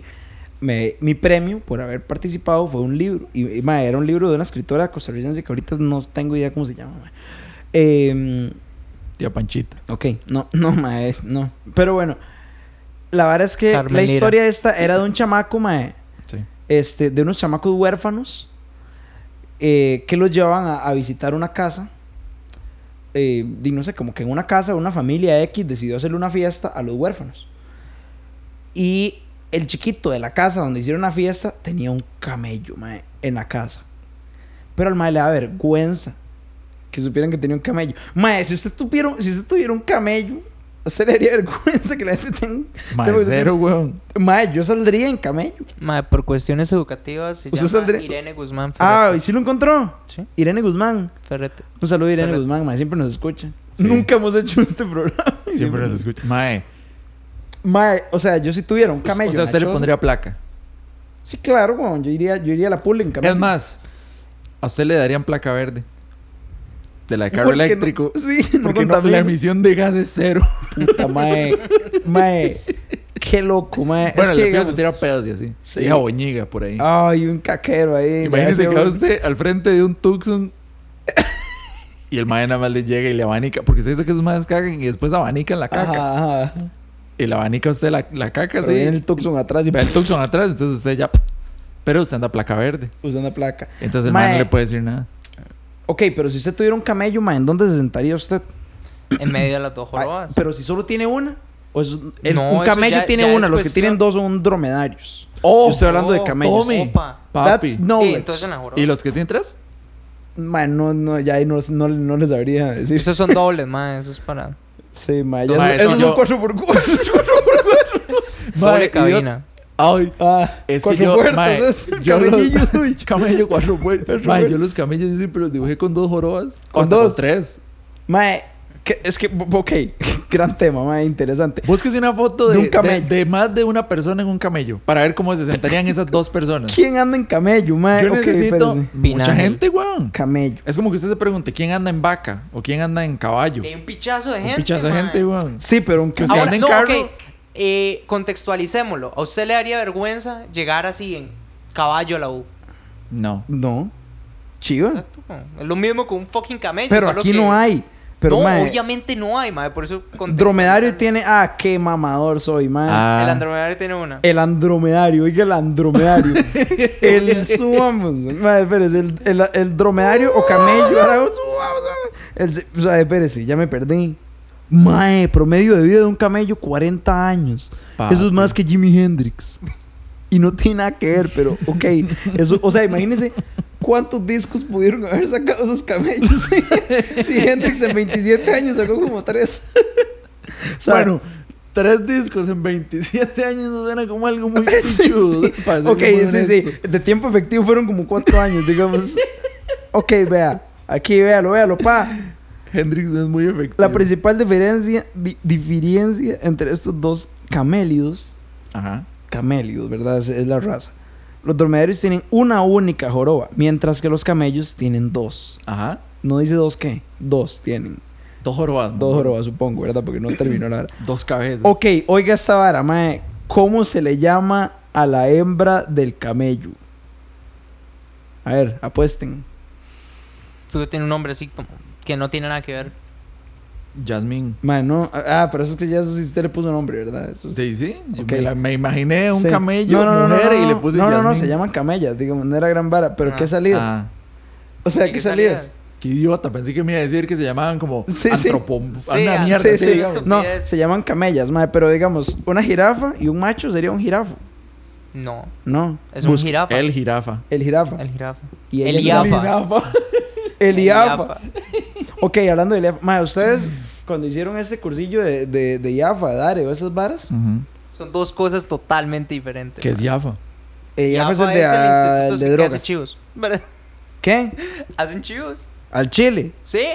S1: me- mi premio por haber participado fue un libro. Y, y, mae, era un libro de una escritora costarricense que ahorita no tengo idea cómo se llama, mae. Em,
S2: Tía Panchita.
S1: Ok, no, no, mae, no. Pero bueno, la verdad es que
S3: Carmen
S1: la
S3: Lira.
S1: historia esta era de un chamaco, mae,
S2: Sí.
S1: este, de unos chamacos huérfanos eh, que los llevaban a, a visitar una casa. Eh, y no sé, como que en una casa, una familia X decidió hacerle una fiesta a los huérfanos. Y el chiquito de la casa donde hicieron la fiesta tenía un camello, mae, en la casa. Pero al mae le da vergüenza que supieran que tenía un camello. Mae, si usted tuviera, si usted tuviera un camello, a usted le haría vergüenza que la gente tenga.
S2: Mae, cero, weón.
S1: Mae, yo saldría en camello.
S3: Mae, por cuestiones educativas se
S1: ¿Usted
S3: llama
S1: saldría-
S3: Irene Guzmán
S1: Ah,
S3: Ferrete.
S1: ¿y sí lo encontró?
S3: Sí,
S1: Irene Guzmán.
S3: Ferrete.
S1: Un saludo a Irene
S3: Correcto.
S1: Guzmán, mae, siempre nos escucha.
S2: Sí.
S1: Nunca hemos hecho este programa.
S2: Siempre nos escucha. Mae.
S1: Mae, o sea, yo si tuviera un camello.
S2: Pues, o sea,
S1: en la
S2: usted le
S1: choza-
S2: pondría placa.
S1: Sí, claro, weón. Yo iría, yo iría a la pula en camello.
S2: Es más, a usted le darían placa verde. De la de carro
S1: Porque no-
S2: eléctrico.
S1: sí, no
S2: Porque no- la
S1: contamina.
S2: emisión de gas es cero.
S1: Puta, mae. Mae. Qué loco, mae. es
S2: Bueno, le
S1: que,
S2: empiezan
S1: digamos,
S2: a tirar pedos y así.
S1: Sí.
S2: Y a boñiga por ahí.
S1: Ay, un caquero ahí.
S2: Imagínese que
S1: mae,
S2: va
S1: ese-
S2: usted al frente de un Tucson y el mae nada más le llega y le abanica. Porque se dice que esos maes cagan y después abanican la caca.
S1: Ajá, ajá.
S2: Y le abanica a usted la, la caca,
S1: Pero
S2: sí.
S1: viene el Tucson atrás y
S2: Ve el Tucson atrás, entonces usted ya. Pero usted anda placa verde.
S1: usando la placa.
S2: Entonces el mae no
S1: Mae.
S2: le puede decir nada.
S1: Ok, pero si usted tuviera un camello, mae, ¿en dónde se sentaría usted?
S3: En medio de las dos
S1: Ay,
S3: jorobas.
S1: pero si solo tiene una. O es un- el-
S3: No,
S1: un
S3: eso
S1: camello
S3: ya-
S1: tiene
S3: ya
S1: una,
S3: es
S1: los que
S3: cuestión-
S1: tienen dos son dromedarios.
S2: ¡Oh!
S1: Yo estoy hablando de
S3: Oh,
S1: camellos.
S2: tome.
S3: Opa.
S2: Papi.
S1: That's
S3: Sí,
S1: knowledge.
S3: entonces en las jorobas.
S2: ¿Y los que tienen tres?
S1: Mae, no, no, ya ahí no, no, no les sabría decir.
S3: Esos son dobles, mae. Eso es para...
S1: Sí, mae, ya
S2: Mae,
S1: eso- esos son
S2: son yo-
S1: cuatro por cuatro.
S2: Mae,
S3: Doble
S2: y yo-
S3: cabina.
S2: Ay,
S1: Ah,
S2: Es que
S1: cuatro
S2: yo,
S1: puertas,
S2: mae,
S1: es el
S2: yo los-
S1: camellillo suyo.
S2: camello cuatro puertas.
S1: Cuatro
S2: Mae, yo
S1: puertas.
S2: los camellos yo siempre los dibujé con dos jorobas.
S1: Con
S2: Hasta
S1: dos.
S2: tres.
S1: Mae, que- es que, bo- ok, gran tema, mae, interesante.
S2: Búsquese una foto
S1: De
S2: de,
S1: un
S2: de-
S1: camello.
S2: de más de una persona en un camello. Para ver cómo se sentarían esas dos personas.
S1: ¿Quién anda en camello, mae?
S2: Yo
S1: Ok,
S2: necesito
S1: espérese.
S2: mucha
S3: Pinángel.
S2: gente, weón.
S1: Camello.
S2: Es como que usted se pregunte quién anda en vaca o quién anda en caballo.
S3: Y Hay un pichazo de
S2: Un
S3: gente,
S2: pichazo de
S3: mae.
S2: gente, weón.
S1: Sí, pero un camello.
S2: sea,
S3: Ahora,
S2: anda en
S3: no,
S2: carro.
S3: ok. Eh, contextualicémoslo. ¿A usted le daría vergüenza llegar así en caballo a la U?
S2: No.
S1: No. Chiva.
S3: Exacto. Es lo mismo que un fucking camello.
S1: Pero
S3: solo
S1: aquí
S3: que-
S1: no hay. Pero,
S3: no,
S1: mae,
S3: obviamente no hay, mae, por eso...
S1: Dromedario
S3: contextualizando.
S1: tiene. Ah, qué mamador soy, mae.
S2: Ah.
S3: El Andromedario tiene una.
S1: El andromedario, oiga, el andromedario. el subamos. Madre, espérese, el, el, el dromedario o camello. ahora
S2: Uh,
S1: vamos, subamos, subamos. El se- o sea, espérese, ya me perdí. Mae, promedio de vida de un camello, 40 años.
S2: Papi.
S1: Eso es más que Jimi Hendrix. Y no tiene nada que ver, pero, ok. Eso, o sea, imagínense cuántos discos pudieron haber sacado esos camellos. si Hendrix en 27 años sacó como 3.
S2: bueno, tres discos en 27 años no suena como algo muy
S1: Sí,
S2: pichudo.
S1: sí.
S2: para ser
S1: Ok,
S2: muy
S1: sí,
S2: honesto.
S1: sí. De tiempo efectivo fueron como cuatro años, digamos. ok, vea. Aquí, véalo, véalo, pa.
S2: Hendrix no es muy efectivo.
S1: La principal diferencia, di- diferencia entre estos dos camélidos,
S2: Ajá.
S1: camélidos, ¿verdad? Es, es la raza. Los dromedarios tienen una única joroba, mientras que los camellos tienen dos.
S2: Ajá.
S1: No dice dos qué, dos tienen.
S2: Dos jorobados.
S1: Dos jorobas, supongo, ¿verdad? Porque no terminó la vara.
S2: Dos cabezas.
S1: Ok, oiga esta vara, mae. ¿Cómo se le llama a la hembra del camello? A ver, apuesten.
S3: Fijo, tiene un nombre así como que no tiene nada que ver.
S2: Jasmine.
S1: Mae, no. Ah, pero eso es que ya eso sí usted le puso nombre, ¿verdad? Eso es-
S2: Sí, sí. Yo
S1: Ok.
S2: Me, la- me imaginé un
S1: sí.
S2: camello, mujer, y le puse
S1: No, no, no,
S2: Jasmine.
S1: se llaman camellas, digo, no era gran vara, pero
S3: Ah,
S1: ¿qué salidas?
S2: Ah,
S1: o sea, ¿qué salidas?
S2: qué idiota. Pensé que me iba a decir que se llamaban como
S1: Sí, sí.
S2: antropom...
S3: Sí,
S2: Anda,
S3: ah,
S2: mierda.
S1: Sí, sí,
S3: Mierda, sí,
S1: digamos. No,
S3: estupidez.
S1: se llaman camellas, mae, pero digamos, una jirafa y un macho sería un jirafo.
S3: No,
S1: No.
S3: es un
S1: busca-
S3: jirafa.
S2: El jirafa.
S1: El jirafa.
S3: El jirafa.
S1: Y
S3: el
S1: ella-
S3: jirafa.
S1: El jirafa.
S3: jirafa.
S1: Ok, hablando de Liafa. Mae, ustedes cuando hicieron este cursillo de, de, de Yafa, Dare o esas varas,
S2: Ujú.
S3: Son dos cosas totalmente diferentes.
S2: Que es Jaffa.
S1: eh, Yafa es el de,
S3: instituto
S1: el de
S3: que
S1: drogas.
S3: Hace chivos. ¿Verdad?
S1: ¿Qué?
S3: ¿Hacen chivos?
S1: Al Chile.
S3: Sí.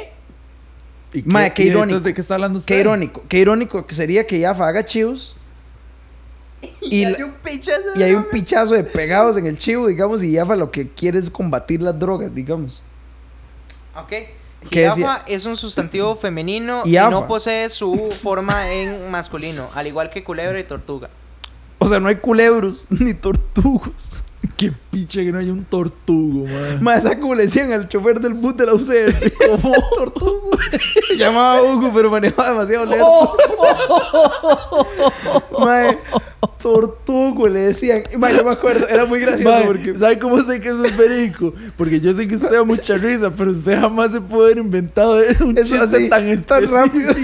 S2: ¿Y
S1: Mae, qué
S2: y entonces
S1: irónico.
S2: ¿De qué está hablando usted?
S1: Qué irónico. Qué irónico que sería que Yafa haga chivos Y la-
S3: hay un pinchazo de
S1: y hay un
S3: drogas.
S1: pichazo de pegados en el chivo, digamos, y Yafa lo que quiere es combatir las drogas, digamos.
S3: Ok.
S1: ¿Qué
S3: Jirafa es un sustantivo femenino y,
S1: Jirafa.
S3: no posee su forma en masculino, al igual que culebra y tortuga.
S1: O sea, no hay culebros ni tortugos.
S2: Qué piche que no hay un tortugo, mae.
S1: Más esa como le decían al chofer del bus de la UCR. Como tortugo. Se llamaba Hugo, pero manejaba demasiado lento.
S2: Oh.
S1: Mae, tortugo le decían. Mae, yo me acuerdo, era muy gracioso
S2: Mae,
S1: porque.
S2: ¿Sabe cómo sé que eso es perico? Porque yo sé que usted da mucha risa, pero usted jamás se puede haber inventado un
S1: Eso
S2: chiste
S1: así,
S2: tan
S1: tan
S2: específico.
S1: rápido.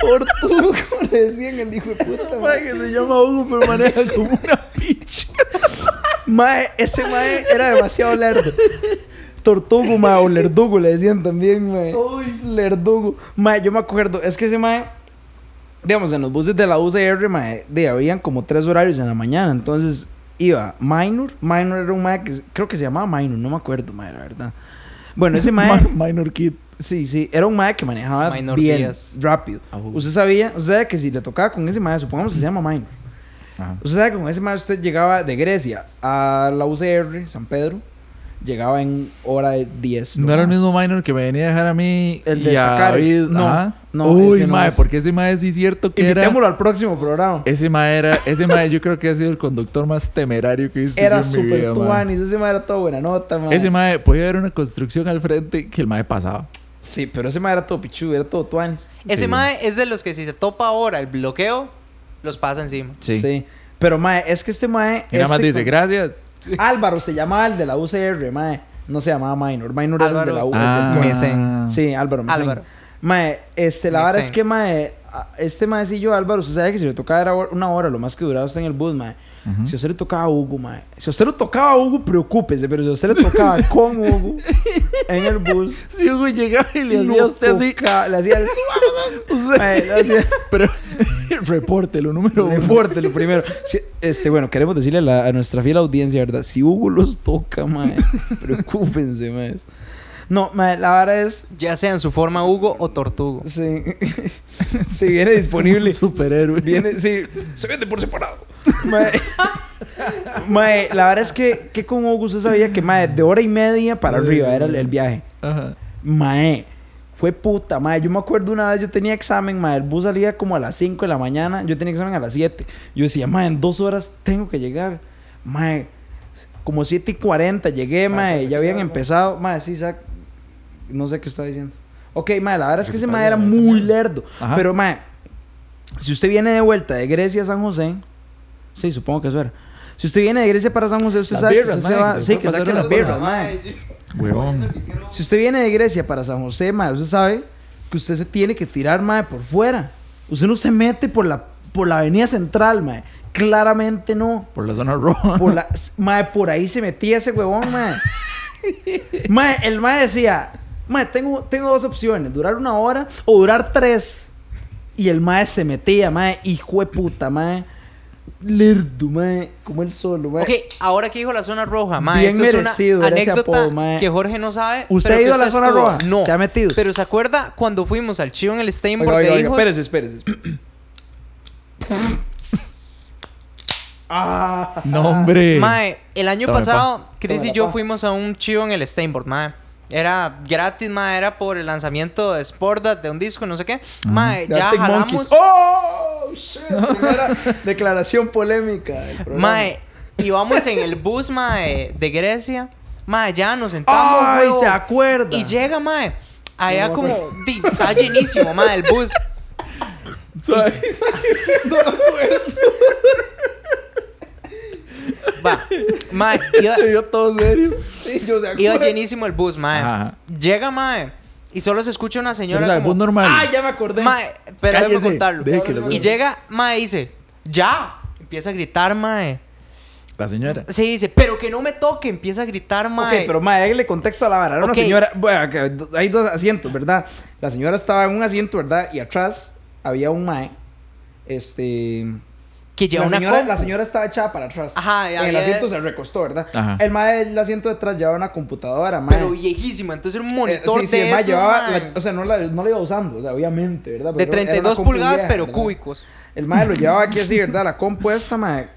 S1: Tortugo le decían el hijo de puta.
S2: Mae,
S1: mae.
S2: que se llama Hugo, pero maneja como una picha.
S1: Mae, ese mae era demasiado lerdo. Tortugo, mae, o lerdugo le decían también, mae. Lerdugo. Mae, yo me acuerdo, es que ese mae. Digamos, en los buses de la UCR, mae, de, habían como tres horarios en la mañana. Entonces iba Minor. Minor era un mae que creo que se llamaba Minor, no me acuerdo, mae, la verdad. Bueno, ese mae.
S2: Ma- Minor Kid.
S1: Sí, sí, era un mae que manejaba
S3: Minor
S1: bien,
S3: Díaz.
S1: rápido.
S2: Ah, uh.
S1: Usted sabía, usted sabe que si le tocaba con ese mae, supongamos que se llama Minor.
S2: Ajá.
S1: Usted sabe que con ese mae usted llegaba de Grecia a la UCR, San Pedro, llegaba en hora de 10.
S2: No
S1: lo
S2: era el
S1: más.
S2: mismo minor que me venía a dejar a mí
S1: El
S2: y
S1: de
S2: a
S1: Cacares.
S2: David.
S1: No,
S2: Ajá.
S1: no,
S2: Uy,
S1: ese no
S2: mae,
S1: es.
S2: porque ese mae sí es cierto que era...
S1: Invitémoslo al próximo programa.
S2: Ese mae era... Ese mae yo creo que ha sido el conductor más temerario que he visto yo
S1: Era
S2: en mi
S1: súper
S2: vida, mae.
S1: tuanis, ese mae era todo buena nota, mae.
S2: Ese mae... Podía haber una construcción al frente que el mae pasaba.
S1: Sí, pero ese mae era todo pichu, era todo tuanis.
S3: Ese
S2: Sí.
S3: mae es de los que si se topa ahora el bloqueo, los pasa encima.
S1: Pero mae, es que este mae.
S2: Y nada más
S1: este
S2: dice,
S1: con-
S2: gracias.
S1: Álvaro se llamaba el de la UCR, mae. No se llamaba Minor. Minor era el de la
S3: Álvaro.
S1: U. el del
S3: Ah.
S1: tuanis.
S2: Mesén.
S1: Sí, Álvaro. Mesén.
S3: Álvaro.
S1: Mae, este, la vara es
S3: Mesén.
S1: que, mae, a- este maecillo Álvaro, usted sabe que si le tocaba era hor- una hora, lo más que duraba usted en el bus, mae. Si a usted le tocaba a Hugo, mae. Si a usted le tocaba a Hugo, preocúpese, pero si a usted le tocaba con Hugo en el bus.
S2: Si Hugo llegaba y le hacía
S1: lo
S2: a usted así,
S1: toca- Le hacía el-
S2: usted-
S1: Mae, le hacía-
S2: pero repórtelo, número uno.
S1: Reporte lo primero. Si- este, bueno, queremos decirle a, la- a nuestra fiel audiencia, ¿verdad? Si Hugo los toca, mae, preocúpense, mae. No, mae, la vara es
S3: Ya sea en su forma Hugo o Tortugo.
S1: Sí. sí, viene
S2: Es como un
S1: disponible.
S2: superhéroe.
S1: Viene, sí. Se vende por separado. Mae, Mae, la verdad es que, que con Hugo usted sabía que, mae, de hora y media para arriba era el, el viaje.
S2: Ajá.
S1: Mae, fue puta, mae. Yo me acuerdo una vez, yo tenía examen, mae. El bus salía como a las 5 de la mañana. Yo tenía examen a las 7. Yo decía, mae, en dos horas tengo que llegar.
S2: pues
S1: Mae, como 7 y 40 llegué, mae. Ya habían empezado. Mae, sí, sac- No sé qué está diciendo. Ok, mae, la verdad es que
S2: Ese
S1: ese
S2: padre
S1: mae era
S2: era esa
S1: muy
S2: mierda.
S1: lerdo.
S2: Ajá.
S1: Pero mae, si usted viene de vuelta de Grecia a San José, sí, supongo que eso era. Si usted viene de Grecia para San José, usted
S2: Las
S1: sabe
S2: birras,
S1: que usted se
S2: mae,
S1: va.
S2: que se
S1: Sí,
S2: puede
S1: que
S2: pasar
S1: saque
S2: una
S1: las
S2: por
S1: birras,
S2: la
S1: mae.
S2: Huevón.
S1: Si usted viene de Grecia para San José, mae, usted sabe que usted se tiene que tirar, mae, por fuera. Usted no se mete por la, por la avenida central, mae. Claramente no.
S2: Por la zona roja.
S1: Por la, mae, por ahí se metía ese huevón, mae. Mae, el mae decía, mae, tengo, tengo dos opciones, durar una hora o durar tres. Y el mae se metía, mae, hijo de puta, mae. Lerdo, mae, como el solo, mae.
S3: Ok, ahora que dijo la zona roja, mae,
S1: Pues, Bien
S3: eso
S1: merecido
S3: es
S1: era
S3: una
S1: ese
S3: anécdota
S1: apodo, mae.
S3: que Jorge no sabe.
S1: ¿Usted ha
S3: pero que
S1: ido a la zona
S3: estuvo.
S1: roja?
S3: No.
S1: ¿Se ha metido?
S3: Pero ¿se acuerda cuando fuimos al chivo en el Steinberg de hijos?
S1: espérese, espérese. espérese. ah,
S2: No, hombre.
S3: Mae, el año
S2: Tome,
S3: pasado, Chris
S1: Tome,
S3: y
S1: pa.
S3: yo fuimos a un chivo en el Steinberg, mae. Era gratis, mae, era por el lanzamiento de Sportdat de un disco, no sé qué. Mae,
S1: de
S3: ya
S1: Arctic
S3: jalamos.
S1: ¡Oh! Shit. Primera declaración polémica. del programa.
S3: Mae, íbamos en el bus, mae, de Grecia. Mae, ya nos sentamos.
S1: ¡Ay,
S3: huevo.
S1: se acuerda!
S3: Y llega, mae. Allá
S1: No me
S3: como.
S1: acuerdo.
S3: di, Está llenísimo, mae, el bus.
S2: Suave.
S3: Va. Mae, iba,
S2: Se vio todo serio.
S1: Sí, yo se
S3: iba
S1: acuerdo.
S3: llenísimo el bus, mae.
S2: Ajá.
S3: Llega, mae. Y solo se escucha una
S2: Pero, o
S3: señora.
S2: sea,
S3: como,
S2: bus normal.
S1: Ah, ya me acordé.
S3: Mae, pero déjame
S2: Cállese,
S3: contarlo.
S2: deje que lo
S3: Y llega, mae, dice, ¡ya! Empieza a gritar, mae.
S2: La señora.
S3: Sí, dice, pero que no me toque. Empieza a gritar,
S1: ok,
S3: mae.
S1: pero mae, le contexto a la vara. Era
S3: Ok.
S1: una señora. Bueno, que do- hay dos asientos, ¿verdad? La señora estaba en un asiento, ¿verdad? Y atrás había un mae. Este.
S3: que lleva
S1: la,
S3: una
S1: señora,
S3: compu.
S1: la señora estaba echada para atrás.
S3: Ajá, y
S1: En el
S3: había-
S1: asiento se recostó, ¿verdad?
S2: Ajá.
S1: El mae del asiento detrás llevaba una computadora, mae.
S3: Pero viejísima. Entonces un
S1: Eh,
S3: monitor
S1: sí, sí,
S3: de
S1: el mae
S3: esos,
S1: llevaba la-
S3: mae,
S1: o sea, no la, no la iba usando, o sea, obviamente, ¿verdad?
S3: de
S1: Pero Pues era- era una
S3: 32
S1: compu
S3: pulgadas,
S1: vieja,
S3: pero
S1: ¿verdad?
S3: cúbicos.
S1: El mae lo llevaba aquí así, ¿verdad? La compuesta, mae.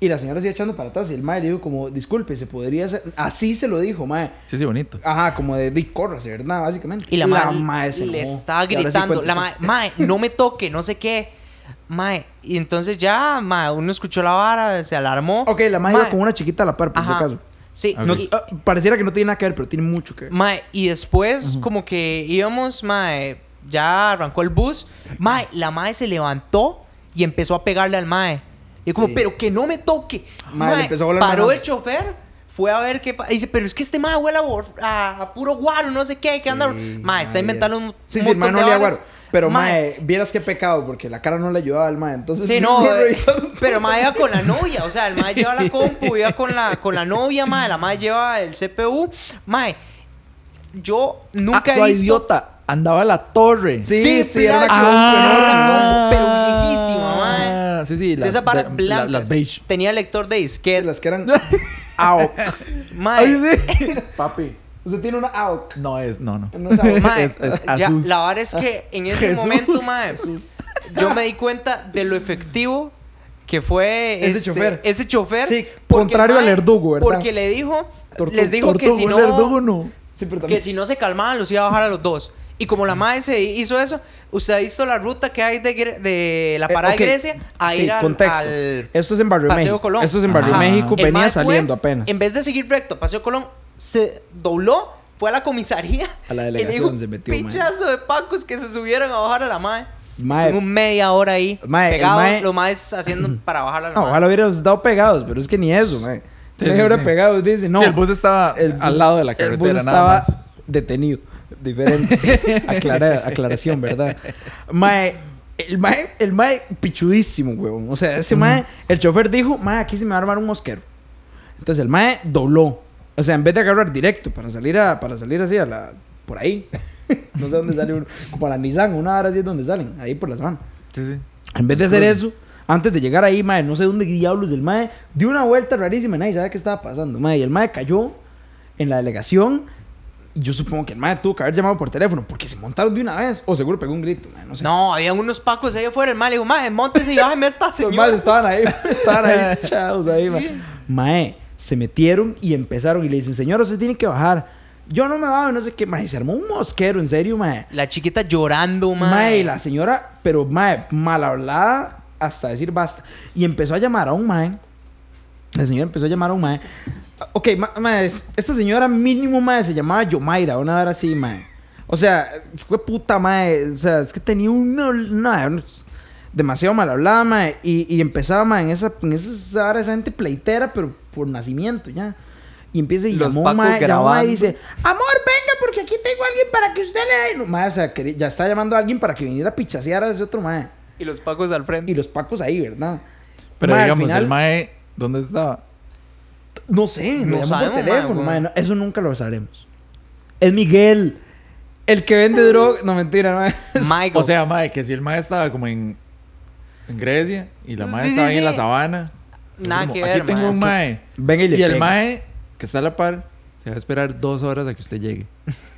S1: Y la señora sigue echando para atrás. Y el mae le dijo como, disculpe, se podría hacer... Así se lo dijo, mae.
S2: Sí, sí, bonito.
S1: Ajá, como de Dick Corrase, ¿verdad? Básicamente.
S3: Y la, mae
S1: se
S3: le
S1: enojó.
S3: estaba
S1: Y ahora sí
S3: gritando,
S1: cuenta
S3: la
S1: su-
S3: mae, mae, no me toque, no sé qué. Mae, y entonces ya, mae, uno escuchó la vara, se alarmó.
S1: Ok, la mae iba con una chiquita a la par, por si
S3: Ajá.
S1: acaso.
S3: Sí,
S2: Ok.
S1: No-
S3: y-
S1: ah, pareciera que no tiene nada que ver, pero tiene mucho que ver.
S3: Mae, y después, como que íbamos, mae, ya arrancó el bus. Mae, la mae se levantó y empezó a pegarle al mae. Y como,
S1: Sí.
S3: pero que no me toque.
S1: Mae, le empezó a volar
S3: paró el
S1: bananas.
S3: chofer, fue a ver qué pasa. Dice, pero es que este mae huele a, bor- a- a puro guaro, no sé qué, que andar. Mae, está inventando un.
S1: Sí, sí,
S3: montón
S1: el mae no
S3: de
S1: le
S3: varas.
S1: aguardo. Pero mae, vieras qué pecado, porque la cara no le ayudaba al mae. Entonces,
S3: Sí, no,
S1: lo
S3: eh,
S1: revisaron todo.
S3: pero mae iba con la novia, o sea, el mae lleva la compu, iba con la, con la novia, mae, la mae lleva el CPU, mae, yo nunca
S2: Ah,
S3: he
S2: su
S3: visto...
S2: idiota. Andaba a la torre.
S1: Sí,
S3: sí,
S1: sí, era una
S3: plata.
S1: compu, era una
S3: Ah.
S1: compu.
S3: pero viejísima, mae.
S2: Ah, Sí, sí.
S3: de esas barras
S2: de-
S3: blancas.
S2: la- las beige.
S3: Tenía lector de disquete.
S1: Las que eran... AOC.
S3: Mae,
S1: Papi. Usted tiene una AOC.
S2: No es, no, no.
S1: No es AOC.
S3: mae,
S2: Es- es
S3: ya,
S2: Asus.
S3: la verdad es que en ese
S2: Jesús.
S3: momento, eh, mae, yo me di cuenta de lo efectivo que fue
S1: Ese
S3: este-
S1: chofer.
S3: ese chofer,
S1: Sí,
S3: porque,
S1: contrario al verdugo, ¿verdad?
S3: Porque le dijo,
S1: Tortu-
S3: les dijo que si no,
S2: no.
S1: Sí, pero
S3: que
S1: también...
S3: si no se calmaban los iba a bajar a los dos. Y como la madre se hizo eso, usted ha visto la ruta que hay de, Gre- de la
S1: Eh,
S3: parada
S1: ok.
S3: de Grecia a
S1: Sí,
S3: ir al,
S1: contexto.
S3: al
S1: Esto es en Barrio
S3: Paseo
S1: México.
S3: Colón.
S1: Esto es en Barrio
S2: Ajá.
S1: México.
S3: El
S1: Venía
S3: mae fue,
S1: saliendo apenas.
S3: En vez de seguir recto, Paseo Colón, se dobló, fue a la comisaría.
S1: A la
S3: y le
S1: delegación
S3: dijo,
S1: se metió, mae.
S3: Pinchazo de pacos que se subieron a bajar a la mae.
S1: Mae.
S3: Estuvimos media hora ahí.
S1: Mae, el
S3: pegados,
S1: mae-
S3: los maes haciendo para bajar a la
S1: No,
S3: mae.
S1: ojalá hubieras dado pegados, pero es que ni eso, man.
S2: Sí,
S1: Media
S2: sí,
S1: hora
S2: sí.
S1: pegados, dice, no.
S2: Sí, el bus estaba
S1: El bus-
S2: al lado de la
S1: el
S2: carretera,
S1: bus
S2: nada más.
S1: estaba detenido. Diferente. Aclara- aclaración, ¿verdad? Mae, el mae, el mae pichudísimo, huevón. O sea, ese mae, el chofer dijo, mae, aquí se me va a armar un mosquero. Entonces el mae dobló. O sea, en vez de agarrar directo para salir a, para salir así a la, por ahí. no sé dónde sale uno. Como a la Nissan, una hora así es donde salen, ahí por la sabana.
S2: Sí, sí.
S1: En vez de hacer eso, antes de llegar ahí, mae, no sé dónde diablos del mae, dio una vuelta rarísima, nadie sabe qué estaba pasando, mae. Y el mae cayó en la delegación. Y yo supongo que el mae tuvo que haber llamado por teléfono porque se montaron de una vez. O seguro pegó un grito, mae, no sé.
S3: No, había unos pacos ahí afuera. El mae le dijo, mae, montese y bájeme esta
S1: Los maes
S3: señora.
S1: estaban ahí, estaban ahí echados ahí, mae.
S3: Sí.
S1: Mae, se metieron y empezaron. Y le dicen, señor, usted tiene que bajar. Yo no me bajo, no sé qué, mae. Se armó un mosquero, en serio, mae.
S3: La chiquita llorando, mae.
S1: Mae, y la señora, pero mae, mal hablada hasta decir basta. Y empezó a llamar a un mae. La señora empezó a llamar a un mae. Ok, ma, ma, es- esta señora mínimo, mae, se llamaba Yomaira, una hora así, mae. O sea, fue puta, mae. O sea, es que tenía una... una- unos- demasiado mal hablada, mae. Y, y empezaba, mae, en esa, en esa hora, esa gente pleitera, pero por nacimiento, ya. Y empieza y
S4: Los
S1: llamó,
S4: pacos
S1: mae, llamó, mae, y
S4: grabando.
S1: dice, amor, venga, porque aquí tengo a alguien para que usted le dé... No, mae, o sea, quería- ya está llamando a alguien para que viniera a pichasear a ese otro, mae.
S4: Y los pacos al frente.
S1: Y los pacos ahí, ¿verdad?
S2: Pero
S1: Mae, al
S2: digamos,
S1: final-
S2: el mae, ¿dónde estaba?
S1: No sé,
S3: No
S1: lo llamó
S3: sabemos,
S1: por teléfono, mae,
S3: mae,
S1: no, eso nunca lo sabremos. Es Miguel, el que vende droga. No, mentira, mae.
S3: Michael.
S2: O sea, mae, que si el mae estaba como en, en Grecia y la mae
S3: Sí,
S2: estaba
S3: sí,
S2: ahí en la
S3: sí.
S2: sabana. es
S3: Nada
S2: como,
S3: que
S2: Aquí
S3: ver,
S2: tengo
S3: mae.
S2: un mae.
S1: Venga y le
S2: Y el
S1: pega.
S2: mae que está a la par se va a esperar dos horas a que usted llegue.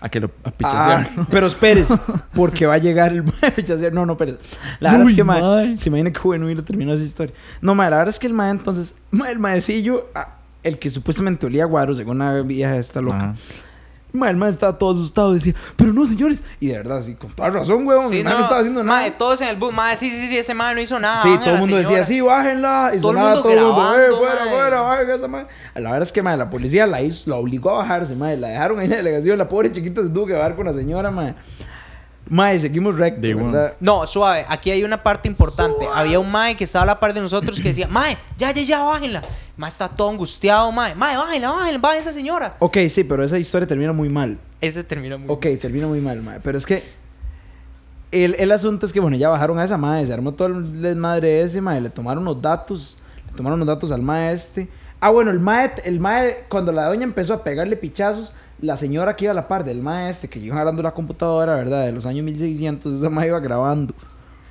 S2: A que lo a
S1: Ah,
S2: pichasear.
S1: pero espérese, porque va a llegar el mae pichasear. No, no, espérese. La verdad
S2: Uy,
S1: es que, mae,
S2: mae.
S1: se imagina que Juvenil terminó esa historia. No, mae, la verdad es que el mae, entonces, mae, el maecillo, ah, el que supuestamente olía a guaro, según la vieja esta loca.
S2: Ajá.
S1: Mae, el mae estaba todo asustado, decía, pero no, señores. Y de verdad, sí, con toda razón, weón.
S3: Sí,
S1: el mae no, estaba haciendo nada.
S3: Mae, todos en el bus, mae, sí, sí, sí, ese mae no hizo nada.
S1: Sí,
S3: bajen
S1: todo el
S3: a la
S1: mundo
S3: señora.
S1: decía, sí, bájenla. Y
S3: Todo el
S1: sonaba
S3: mundo
S1: todo el mundo, "Eh,
S3: grabando,
S1: fuera,
S3: mae".
S1: fuera, bajen esa madre. La verdad es que, madre, la policía la hizo, la obligó a bajarse, madre. La dejaron ahí en la delegación. La pobre chiquita se tuvo que bajar con la señora, madre. Madre, seguimos recto,
S2: De igual.
S1: ¿verdad?
S3: No, suave, aquí hay una parte importante. Había un mae que estaba a la par de nosotros que decía, mae, ya, ya, ya, bájenla. Mae está todo angustiado, mae. Mae, bájenla, bájenla, bájenla esa señora.
S1: Ok, sí, pero esa historia termina muy mal.
S3: Ese termina muy
S1: Ok, termina muy mal, madre. Pero es que el, el asunto es que, bueno, ya bajaron a esa madre. Se armó todo el desmadre ese, madre. Le tomaron los datos. Le tomaron los datos al mae este. Ah, bueno, el mae, el mae, cuando la doña empezó a pegarle pichazos, la señora que iba a la par del mae este, que iba jalando la computadora, ¿verdad? De los años 1600, esa mae iba grabando.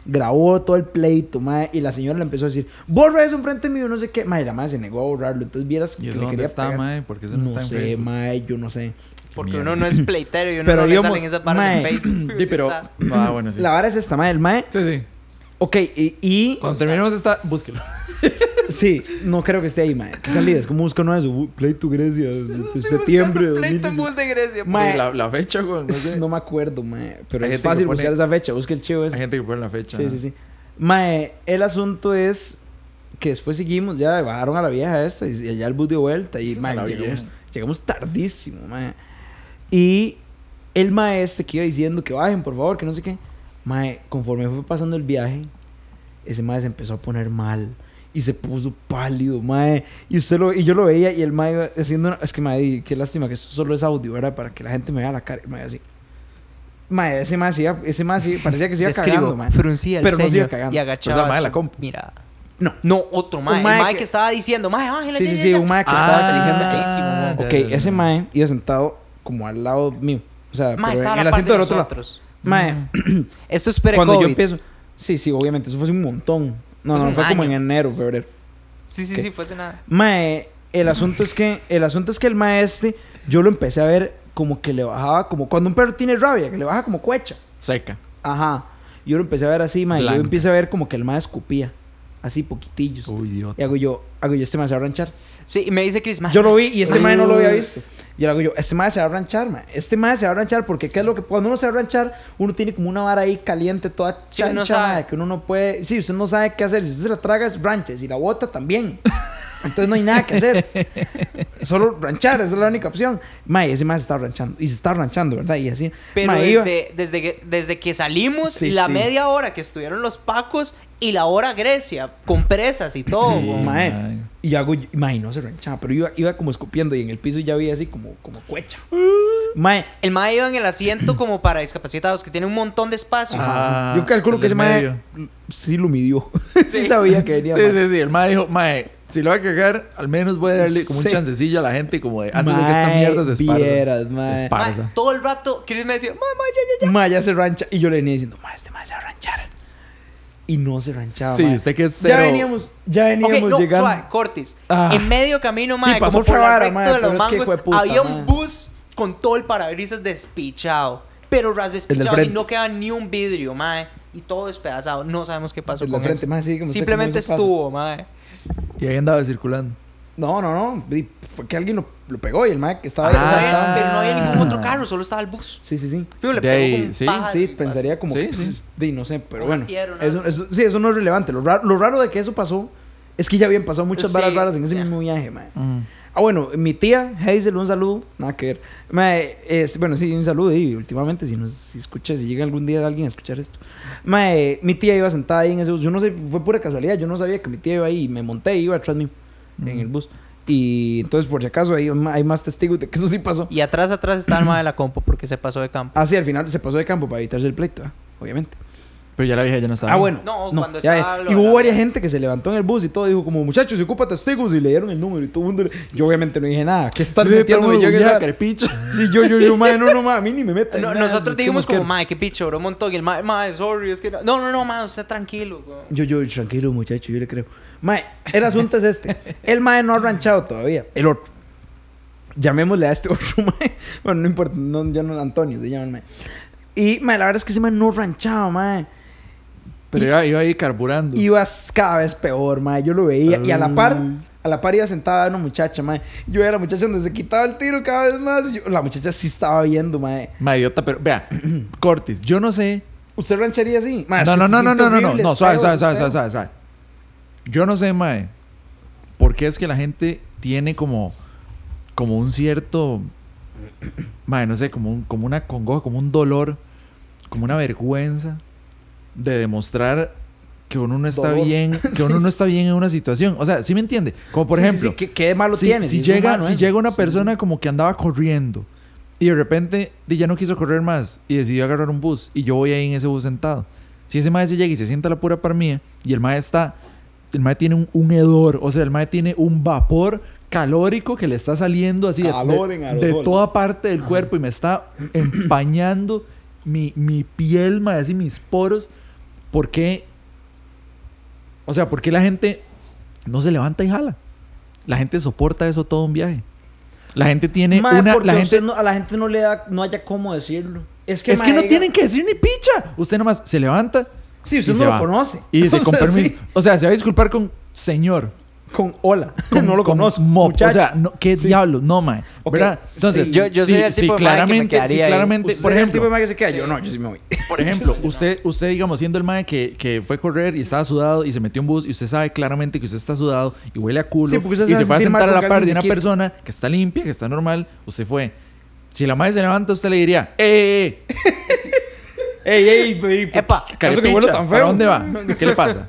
S1: Grabó todo el pleito, mae. Y la señora le empezó a decir, borra eso enfrente mío, no sé qué. Mae, la mae se negó a borrarlo. Entonces vieras
S2: ¿Y
S1: que
S2: eso
S1: le
S2: dónde
S1: quería
S2: está,
S1: pegar.
S2: mae? Porque eso no,
S1: No
S2: está en
S1: sé,
S2: Facebook.
S1: mae, yo no sé.
S3: Porque
S2: Mierda.
S3: uno no es pleitero y uno
S1: Pero
S3: no le
S1: digamos,
S3: sale en esa parte
S1: mae,
S3: en Facebook.
S2: Sí, pero.
S3: está.
S2: Ah, bueno, sí.
S1: La vara es esta, mae. El mae
S2: Sí, sí.
S1: Ok, y, y-
S2: Cuando terminemos esta, búsquelo.
S1: sí, no creo que esté ahí, mae. Que salida, es como busca uno de esos. Play to Grecia, de septiembre. de
S3: Pleito
S1: 2016.
S3: en bus de Grecia.
S1: Ma- Mae.
S2: La, la fecha, güey. No sé.
S1: No me acuerdo, mae. Pero
S2: Hay
S1: es
S2: gente que
S1: fácil
S2: pone-
S1: buscar esa fecha, busca el chivo
S2: Hay
S1: ese.
S2: gente que pone la fecha.
S1: Sí, sí, sí. Mae, el asunto es que después seguimos, ya bajaron a la vieja esta y y allá el bus dio vuelta y, mae,
S2: la
S1: llegamos,
S2: vieja.
S1: llegamos tardísimo, mae. Y el maestro que iba diciendo que bajen, por favor, que no sé qué. Mae, conforme fue pasando el viaje, ese mae se empezó a poner mal y se puso pálido, mae. Y usted lo y yo lo veía y el mae iba haciendo una- es que mae, y qué lástima que esto solo es audio, ¿verdad? Para que la gente me vea la cara, y el mae así. Mae, ese mae se iba- ese mae se- parecía que se iba cagando, mae.
S3: fruncía el
S1: Pero no se
S3: ceño
S1: iba cagando.
S3: y agachaba
S2: O sea, mae,
S3: su
S2: la compu.
S3: mirada.
S1: No.
S3: No, otro mae.
S1: mae
S3: el mae
S1: que-
S3: que... estaba diciendo, mae, bájenla.
S1: Sí,
S3: ya,
S1: sí,
S3: ya,
S1: sí,
S3: ya".
S1: un mae que
S2: Ah,
S1: estaba
S2: ya,
S1: Ok,
S2: ya, ya, ya.
S1: ese mae iba sentado como al lado mío. O sea,
S3: Mae,
S1: pero
S3: estaba
S1: en
S3: a
S1: el
S3: la par
S1: asiento
S3: de
S1: del otro lado.
S3: nosotros.
S1: Mae,
S3: Esto es pre
S1: Mm. cuando yo empiezo. Sí, sí, obviamente, eso fue hace un montón. No,
S3: Fue hace
S1: no,
S3: un
S1: fue como en
S3: año.
S1: enero, febrero.
S3: Sí, sí,
S1: Ok.
S3: sí, fue hace nada.
S1: Mae, el asunto es que el asunto es que el maestre yo lo empecé a ver como que le bajaba como cuando un perro tiene rabia, que le baja como cuecha.
S2: Seca.
S1: Ajá. Yo lo empecé a ver así, mae, yo
S2: Blanca.
S1: empecé a ver como que el mae escupía, así poquitillos.
S2: Uy,
S1: Y
S2: idiota.
S1: hago yo, hago yo este mae se va a ranchar.
S3: Sí, y me dice Chris, mae.
S1: Yo lo vi y este mae no lo había
S3: Uy.
S1: visto. Yo le hago yo, este mae se va a ranchar, mae. Este mae se va a ranchar porque qué es lo que cuando uno se va a ranchar, uno tiene como una vara ahí caliente toda
S3: Sí, uno
S1: chancha,
S3: sabe.
S1: mae, que uno no puede, sí, usted no sabe qué hacer, si usted se la traga es ranches y la bota también. Entonces no hay nada que hacer. Solo ranchar, esa es la única opción. Mae, ese mae se está ranchando y se está ranchando, ¿verdad? Y así.
S3: Pero
S1: mae, iba.
S3: desde, desde, que, desde que salimos,
S1: Sí,
S3: la
S1: sí.
S3: media hora que estuvieron los pacos y la hora Grecia, con presas y todo.
S2: Sí.
S3: weón.
S1: Mae.
S2: Mae.
S1: Y yo hago, mae, no se ranchaba, pero iba, iba como escupiendo y en el piso ya había así como, como cuecha.
S3: Ah.
S1: Mae,
S3: El mae iba en el asiento como para discapacitados, que tiene un montón de espacio.
S2: Ah,
S1: yo calculo que
S2: el
S1: ese
S2: del
S1: mae
S2: medio.
S1: sí lo midió. sí. sabía que venía.
S2: Sí,
S1: mae.
S2: sí, sí. El mae dijo, mae, si lo va a cagar, al menos voy a darle como
S1: Sí.
S2: un chancecillo a la gente, como de, antes de que esta
S1: Mae,
S2: mierda se esparza.
S1: vieras, mae.
S2: Se
S3: Mae,
S2: esparza.
S3: todo el rato, Chris me decía, mamá, ya, ya, ya.
S1: Mae, ya se rancha. Y yo le venía diciendo, mae, este mae se va a ranchar. Y no se ranchaba.
S2: Sí,
S1: mae.
S2: usted que es
S1: Ya
S2: cero-
S1: veníamos, ya veníamos
S3: Ok, no,
S1: llegando.
S3: suave, Cortis.
S1: Ah.
S3: En medio camino, mae,
S1: pasó
S3: como por
S1: otra
S3: la
S1: vara,
S3: recto
S1: mae,
S3: de los
S1: pero es que
S3: mangos,
S1: hijueputa,
S3: había
S1: mae.
S3: un bus con todo el parabrisas despichado. Pero ras despichado, y
S1: frente.
S3: no queda ni un vidrio, mae. Y todo despedazado. No sabemos qué pasó
S1: El de
S3: con
S1: frente,
S3: eso.
S1: mae, sí, como usted,
S3: Simplemente
S1: como eso pasa.
S3: estuvo, mae.
S2: Y ahí andaba circulando.
S1: No, no, no. y Fue que alguien lo, lo pegó y el mae que estaba
S3: Pero,
S1: o
S3: no
S1: sea,
S2: Ah.
S3: había,
S1: estaba-
S3: pero no había ningún otro carro, solo estaba el bus.
S1: Sí, sí, sí.
S3: Fijo, le
S2: De
S3: pegó
S2: ahí,
S3: con
S2: sí,
S3: paja
S1: Sí,
S3: y
S1: pensaría como.
S2: ah, Sí,
S1: pss,
S2: sí.
S1: di, no sé, pero
S3: Una
S1: bueno.
S3: Ah, piedra, una
S1: Eso,
S3: cosa.
S1: eso- sí, eso no es relevante. Lo raro, lo raro de que eso pasó es que ya habían pasado muchas
S3: Sí,
S1: varas raras en ese
S3: ya.
S1: mismo viaje, mae. Ah, bueno, mi tía, Hazel, un saludo. Nada que ver. Mae, es, bueno, sí, un saludo. Y últimamente, si nos si escucha, si llega algún día alguien a escuchar esto. Mae, mi tía iba sentada ahí en ese bus. Yo no sé, fue pura casualidad. Yo no sabía que mi tía iba ahí. Y me monté y iba atrás mío en el bus. Y entonces, por si acaso, hay, hay más testigos de que eso sí pasó.
S3: Y atrás, atrás está el mae de la compu porque se pasó de campo.
S1: Así al final se pasó de campo para evitarse el pleito, ¿ah? obviamente.
S2: Pero ya la vieja ya no estaba.
S1: Ah, bueno.
S3: No, cuando
S1: ya
S3: estaba
S1: ves.
S3: lo-
S1: Y hubo
S3: la-
S1: varias gente que se levantó en el bus y todo. Dijo, como muchachos, se ocupa testigos. Y le dieron el número y todo el mundo. le- Yo obviamente no dije nada. ¿Qué estás metiendo yo en esa- Sí, yo, yo, yo, madre, no, no, madre, a mí ni me metan.
S3: No,
S1: nada,
S3: nosotros
S1: eso, qué
S3: dijimos como,
S1: mosquero.
S3: mae, qué picho, bro, un montón. Y el mae, mae, sorry, es que no. No, no, no, mae, usted tranquilo, güey.
S1: Yo, yo, tranquilo, muchacho, yo le creo. Mae, el asunto es este. El mae no ha ranchado todavía. El otro. Llamémosle a este otro mae. Bueno, no importa, no, yo no, Antonio, se llama el mae. Y, mae, la verdad es que ese mae no ranchaba, mae.
S2: Pero iba, iba ahí carburando.
S1: Iba cada vez peor, mae. Yo lo veía. Y a la par,
S2: Ah.
S1: a la par iba sentada una muchacha, mae. Yo veía a la muchacha donde se quitaba el tiro cada vez más. y yo- la muchacha sí estaba viendo, mae.
S2: Ma idiota, pero vea, Cortis, yo no sé.
S1: ¿Usted rancharía así? Mae, es
S2: No,
S1: que
S2: no,
S1: se
S2: no, no,
S1: siente
S2: no, no, no,
S1: horrible,
S2: no,
S1: es
S2: suave,
S1: feo,
S2: suave,
S1: es
S2: suave,
S1: feo.
S2: suave, suave, suave. Yo no sé, mae, por qué es que la gente tiene como, como un cierto, mae, no sé, como, un- como una congoja, como un dolor, como una vergüenza de demostrar que uno no está
S1: Dolor.
S2: bien, que uno no está bien en una situación. O sea, ¿sí me entiende? Como por
S1: Sí, sí,
S2: ejemplo,
S1: sí, ¿qué, qué de malo
S2: si,
S1: tiene?
S2: si
S1: es
S2: llega,
S1: humano,
S2: si
S1: ¿eh?
S2: llega una
S1: Sí,
S2: persona como que andaba corriendo y de repente di, ya no quiso correr más y decidió agarrar un bus y yo voy ahí en ese bus sentado. Si ese maestro llega y se sienta a la pura par mía y el maestro está, el maestro tiene un, un hedor, o sea, el maestro tiene un vapor calórico que le está saliendo así de,
S4: Calor
S2: de-
S4: en
S2: de
S4: aerosol.
S2: toda parte del cuerpo y me está empañando mi, mi piel, mae, así mis poros. ¿Por qué? O sea, ¿por qué la gente no se levanta y jala? La gente soporta eso todo un viaje. La gente
S1: sí.
S2: tiene
S1: Mae,
S2: una.
S1: porque
S2: La
S1: usted
S2: gente,
S1: no- a la gente no le da, no haya cómo decirlo. Es que,
S2: es que
S1: mae,
S2: no
S1: diga-
S2: tienen que decir ni picha. Usted nomás se levanta.
S1: Sí, usted
S2: y
S1: no
S2: se
S1: lo
S2: va.
S1: conoce.
S2: Y dice, con
S1: O sea,
S2: permiso.
S1: sí,
S2: O sea, se va a disculpar con señor.
S1: con hola. no lo
S2: con
S1: conozco.
S2: mop. O
S1: muchacho.
S2: sea, no, ¿qué diablo? No, mae.
S1: Ok,
S2: ¿Verdad? Entonces,
S1: sí.
S3: Yo- yo soy el tipo de mae que me
S2: claramente, sí,
S3: quedaría ahí.
S2: claramente.
S1: Usted
S2: Por
S1: es el tipo de
S2: ejemplo,
S1: mae que se queda.
S3: Sí.
S1: Yo no, yo sí me voy.
S2: por ejemplo, usted, usted, digamos, siendo el mae que, que fue a correr y estaba sudado y se metió en bus y usted sabe claramente que usted está sudado y huele a culo
S1: Sí, porque usted se
S2: y
S1: va
S2: se
S1: a
S2: fue a
S1: sentir mal
S2: sentar a
S1: con
S2: la
S1: que alguien
S2: par de
S1: se
S2: una
S1: quiere.
S2: persona que está limpia, que está normal, usted fue. Si la madre se levanta, usted le diría, ¡eh, eh, eh!
S1: Ey, ey, ey.
S3: Epa,
S1: Caso que
S2: carepicha,
S1: huelo tan feo.
S2: ¿Para dónde va? ¿Qué le pasa?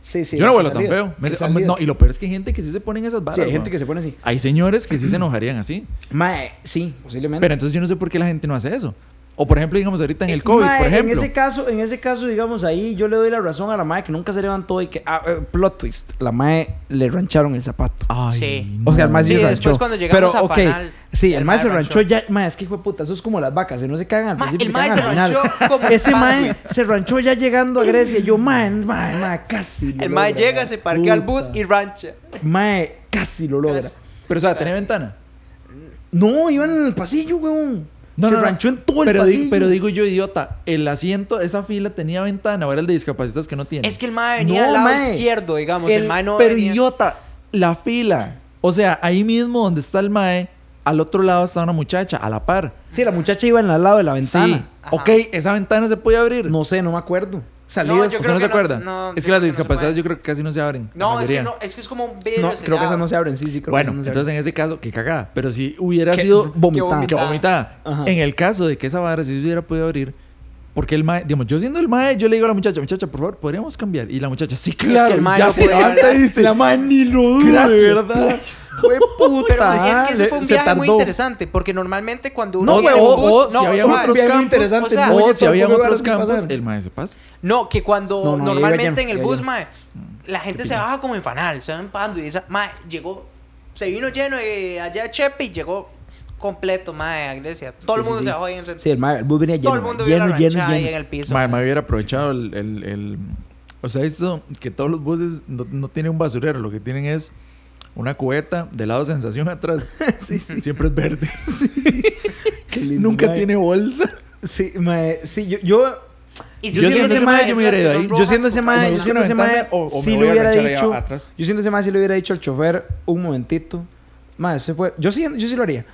S1: Sí, sí.
S2: Yo no
S1: qué
S2: huelo tan
S1: salida,
S2: feo. Me-
S1: qué
S2: hombre,
S1: salida.
S2: no, y lo peor es que hay gente que sí se pone en esas balas.
S1: Sí, hay gente que se pone así.
S2: Hay señores que sí se enojarían así.
S1: Mae, sí, posiblemente.
S2: Pero entonces yo no sé por qué la gente no hace eso. O por ejemplo, digamos ahorita en el
S1: Eh,
S2: COVID,
S1: mae,
S2: por ejemplo.
S1: En ese caso, en ese caso, digamos, ahí yo le doy la razón a la mae que nunca se levantó y que. ah, eh, plot twist. La mae le rancharon el zapato.
S2: Ay,
S3: Sí.
S1: O sea, el mae sí,
S3: Sí,
S1: ranchó.
S3: después cuando llegamos
S1: Pero,
S3: a
S1: ok,
S3: Panal,
S1: Sí, el,
S3: el
S1: mae
S3: mae
S1: se ranchó
S3: ranchó.
S1: ya. Mae, es que hijo de puta, eso es como las vacas, si no se cagan al
S3: Ma,
S1: principio. se
S3: el mae
S1: cagan
S3: se
S1: al final.
S3: ranchó como
S1: Ese
S3: pan,
S1: mae
S3: güey.
S1: se ranchó ya llegando a Grecia. Yo, mae, mae, mae, casi. lo
S3: El mae
S1: logra,
S3: llega,
S1: mae.
S3: se parquea al
S1: Puta.
S3: bus y rancha.
S1: Mae, casi lo logra.
S3: Casi.
S2: Pero o sea, ¿tenía ventana?
S1: No, iban en el pasillo, weón. se ranchó en todo el
S2: pero di-
S1: pasillo.
S2: pero digo yo, idiota, el asiento, esa fila tenía ventana, o era el de discapacitados que no tiene.
S3: Es que el mae venía
S1: No,
S3: al lado
S1: mae.
S3: izquierdo, digamos. El,
S1: El-
S3: mae no
S2: pero
S3: venía-
S2: idiota, la fila. O sea, ahí mismo donde está el mae, al otro lado está una muchacha, a la par.
S1: Sí, la muchacha iba en al lado de la
S2: Sí.
S1: ventana.
S3: Ajá.
S2: Ok, esa ventana se puede abrir.
S1: No sé, no me acuerdo.
S3: No,
S1: Salidas.
S3: yo
S2: ¿Usted
S3: creo
S2: no se
S3: que no-
S2: acuerda?
S3: no,
S2: es
S3: yo
S2: que las
S3: creo que no se
S2: discapacitadas
S3: puede.
S2: yo creo que casi no se abren. la
S3: No, es que
S2: mayoría.
S3: no, es que es como un vidrio
S1: No, creo que esas no se abren, sí, sí, creo
S2: Bueno,
S1: que esas no se
S2: entonces en ese caso, qué cagada. Pero si hubiera
S1: Qué
S2: sido.
S1: vomitada.
S2: Que vomitada.
S1: Ajá.
S2: En el caso de que esa barra si se hubiera podido abrir. Porque el mae, digamos, yo siendo el mae, yo le digo a la muchacha, muchacha, por favor, podríamos cambiar. Y la muchacha, sí, claro.
S3: el mae
S2: ya
S3: no
S2: se
S3: puede
S2: levanta
S3: hablar.
S2: y dice,
S1: La madre ni lo duda,
S2: Gracias,
S1: de verdad. Fue puta.
S3: Pero es que ese
S1: le-
S3: fue un
S1: se
S3: viaje muy
S1: tardó.
S3: interesante, porque normalmente cuando uno
S2: No,
S3: viene
S2: o-
S3: en
S2: o-
S3: bus-
S2: o si había
S3: mae,
S2: otros
S1: bien
S2: campos,
S1: interesante,
S3: o sea,
S1: muy
S2: o si
S1: interesante,
S2: había
S1: muy
S2: otros
S1: barato
S2: campos,
S1: pasar.
S2: el mae se pasa.
S3: No, que cuando
S1: No, no, iba
S3: normalmente
S1: lleno,
S3: en el
S1: iba
S3: bus,
S1: lleno.
S3: mae, la gente se baja como en fanal, se va empando y esa, mae, llegó, se vino lleno de allá de Chepe y llegó completo, mae, a Grecia. Todo
S1: Sí,
S3: el
S1: sí,
S3: mundo
S1: sí.
S3: se bajó ahí en el centro.
S1: Sí, el, mae- el bus venía lleno.
S3: Todo el mundo
S1: lleno,
S3: vio la
S1: lleno,
S3: ranchada ahí en
S1: lleno.
S3: el piso.
S2: Mae,
S3: mae.
S2: me hubiera aprovechado el, el- el- O sea, esto que todos los buses no, no tienen un basurero, lo que tienen es una cubeta de lado sensación atrás.
S1: Sí, sí.
S2: Siempre es verde.
S1: Qué lindo,
S2: Nunca
S1: mae.
S2: tiene bolsa.
S1: Sí, mae, sí, yo. yo
S3: Y
S2: Yo siendo ese mae, yo me hubiera ido ahí.
S1: yo siendo ese mae, yo
S2: Imagino
S1: siendo ese
S2: una
S1: mae,
S2: ventana o- o me
S1: si
S2: voy
S1: le
S2: a
S1: hubiera
S2: ranchar allá
S1: dicho,
S2: atrás.
S1: yo siendo ese mae, si le hubiera dicho al chofer, un momentito, mae, se fue, yo sí, yo sí lo haría.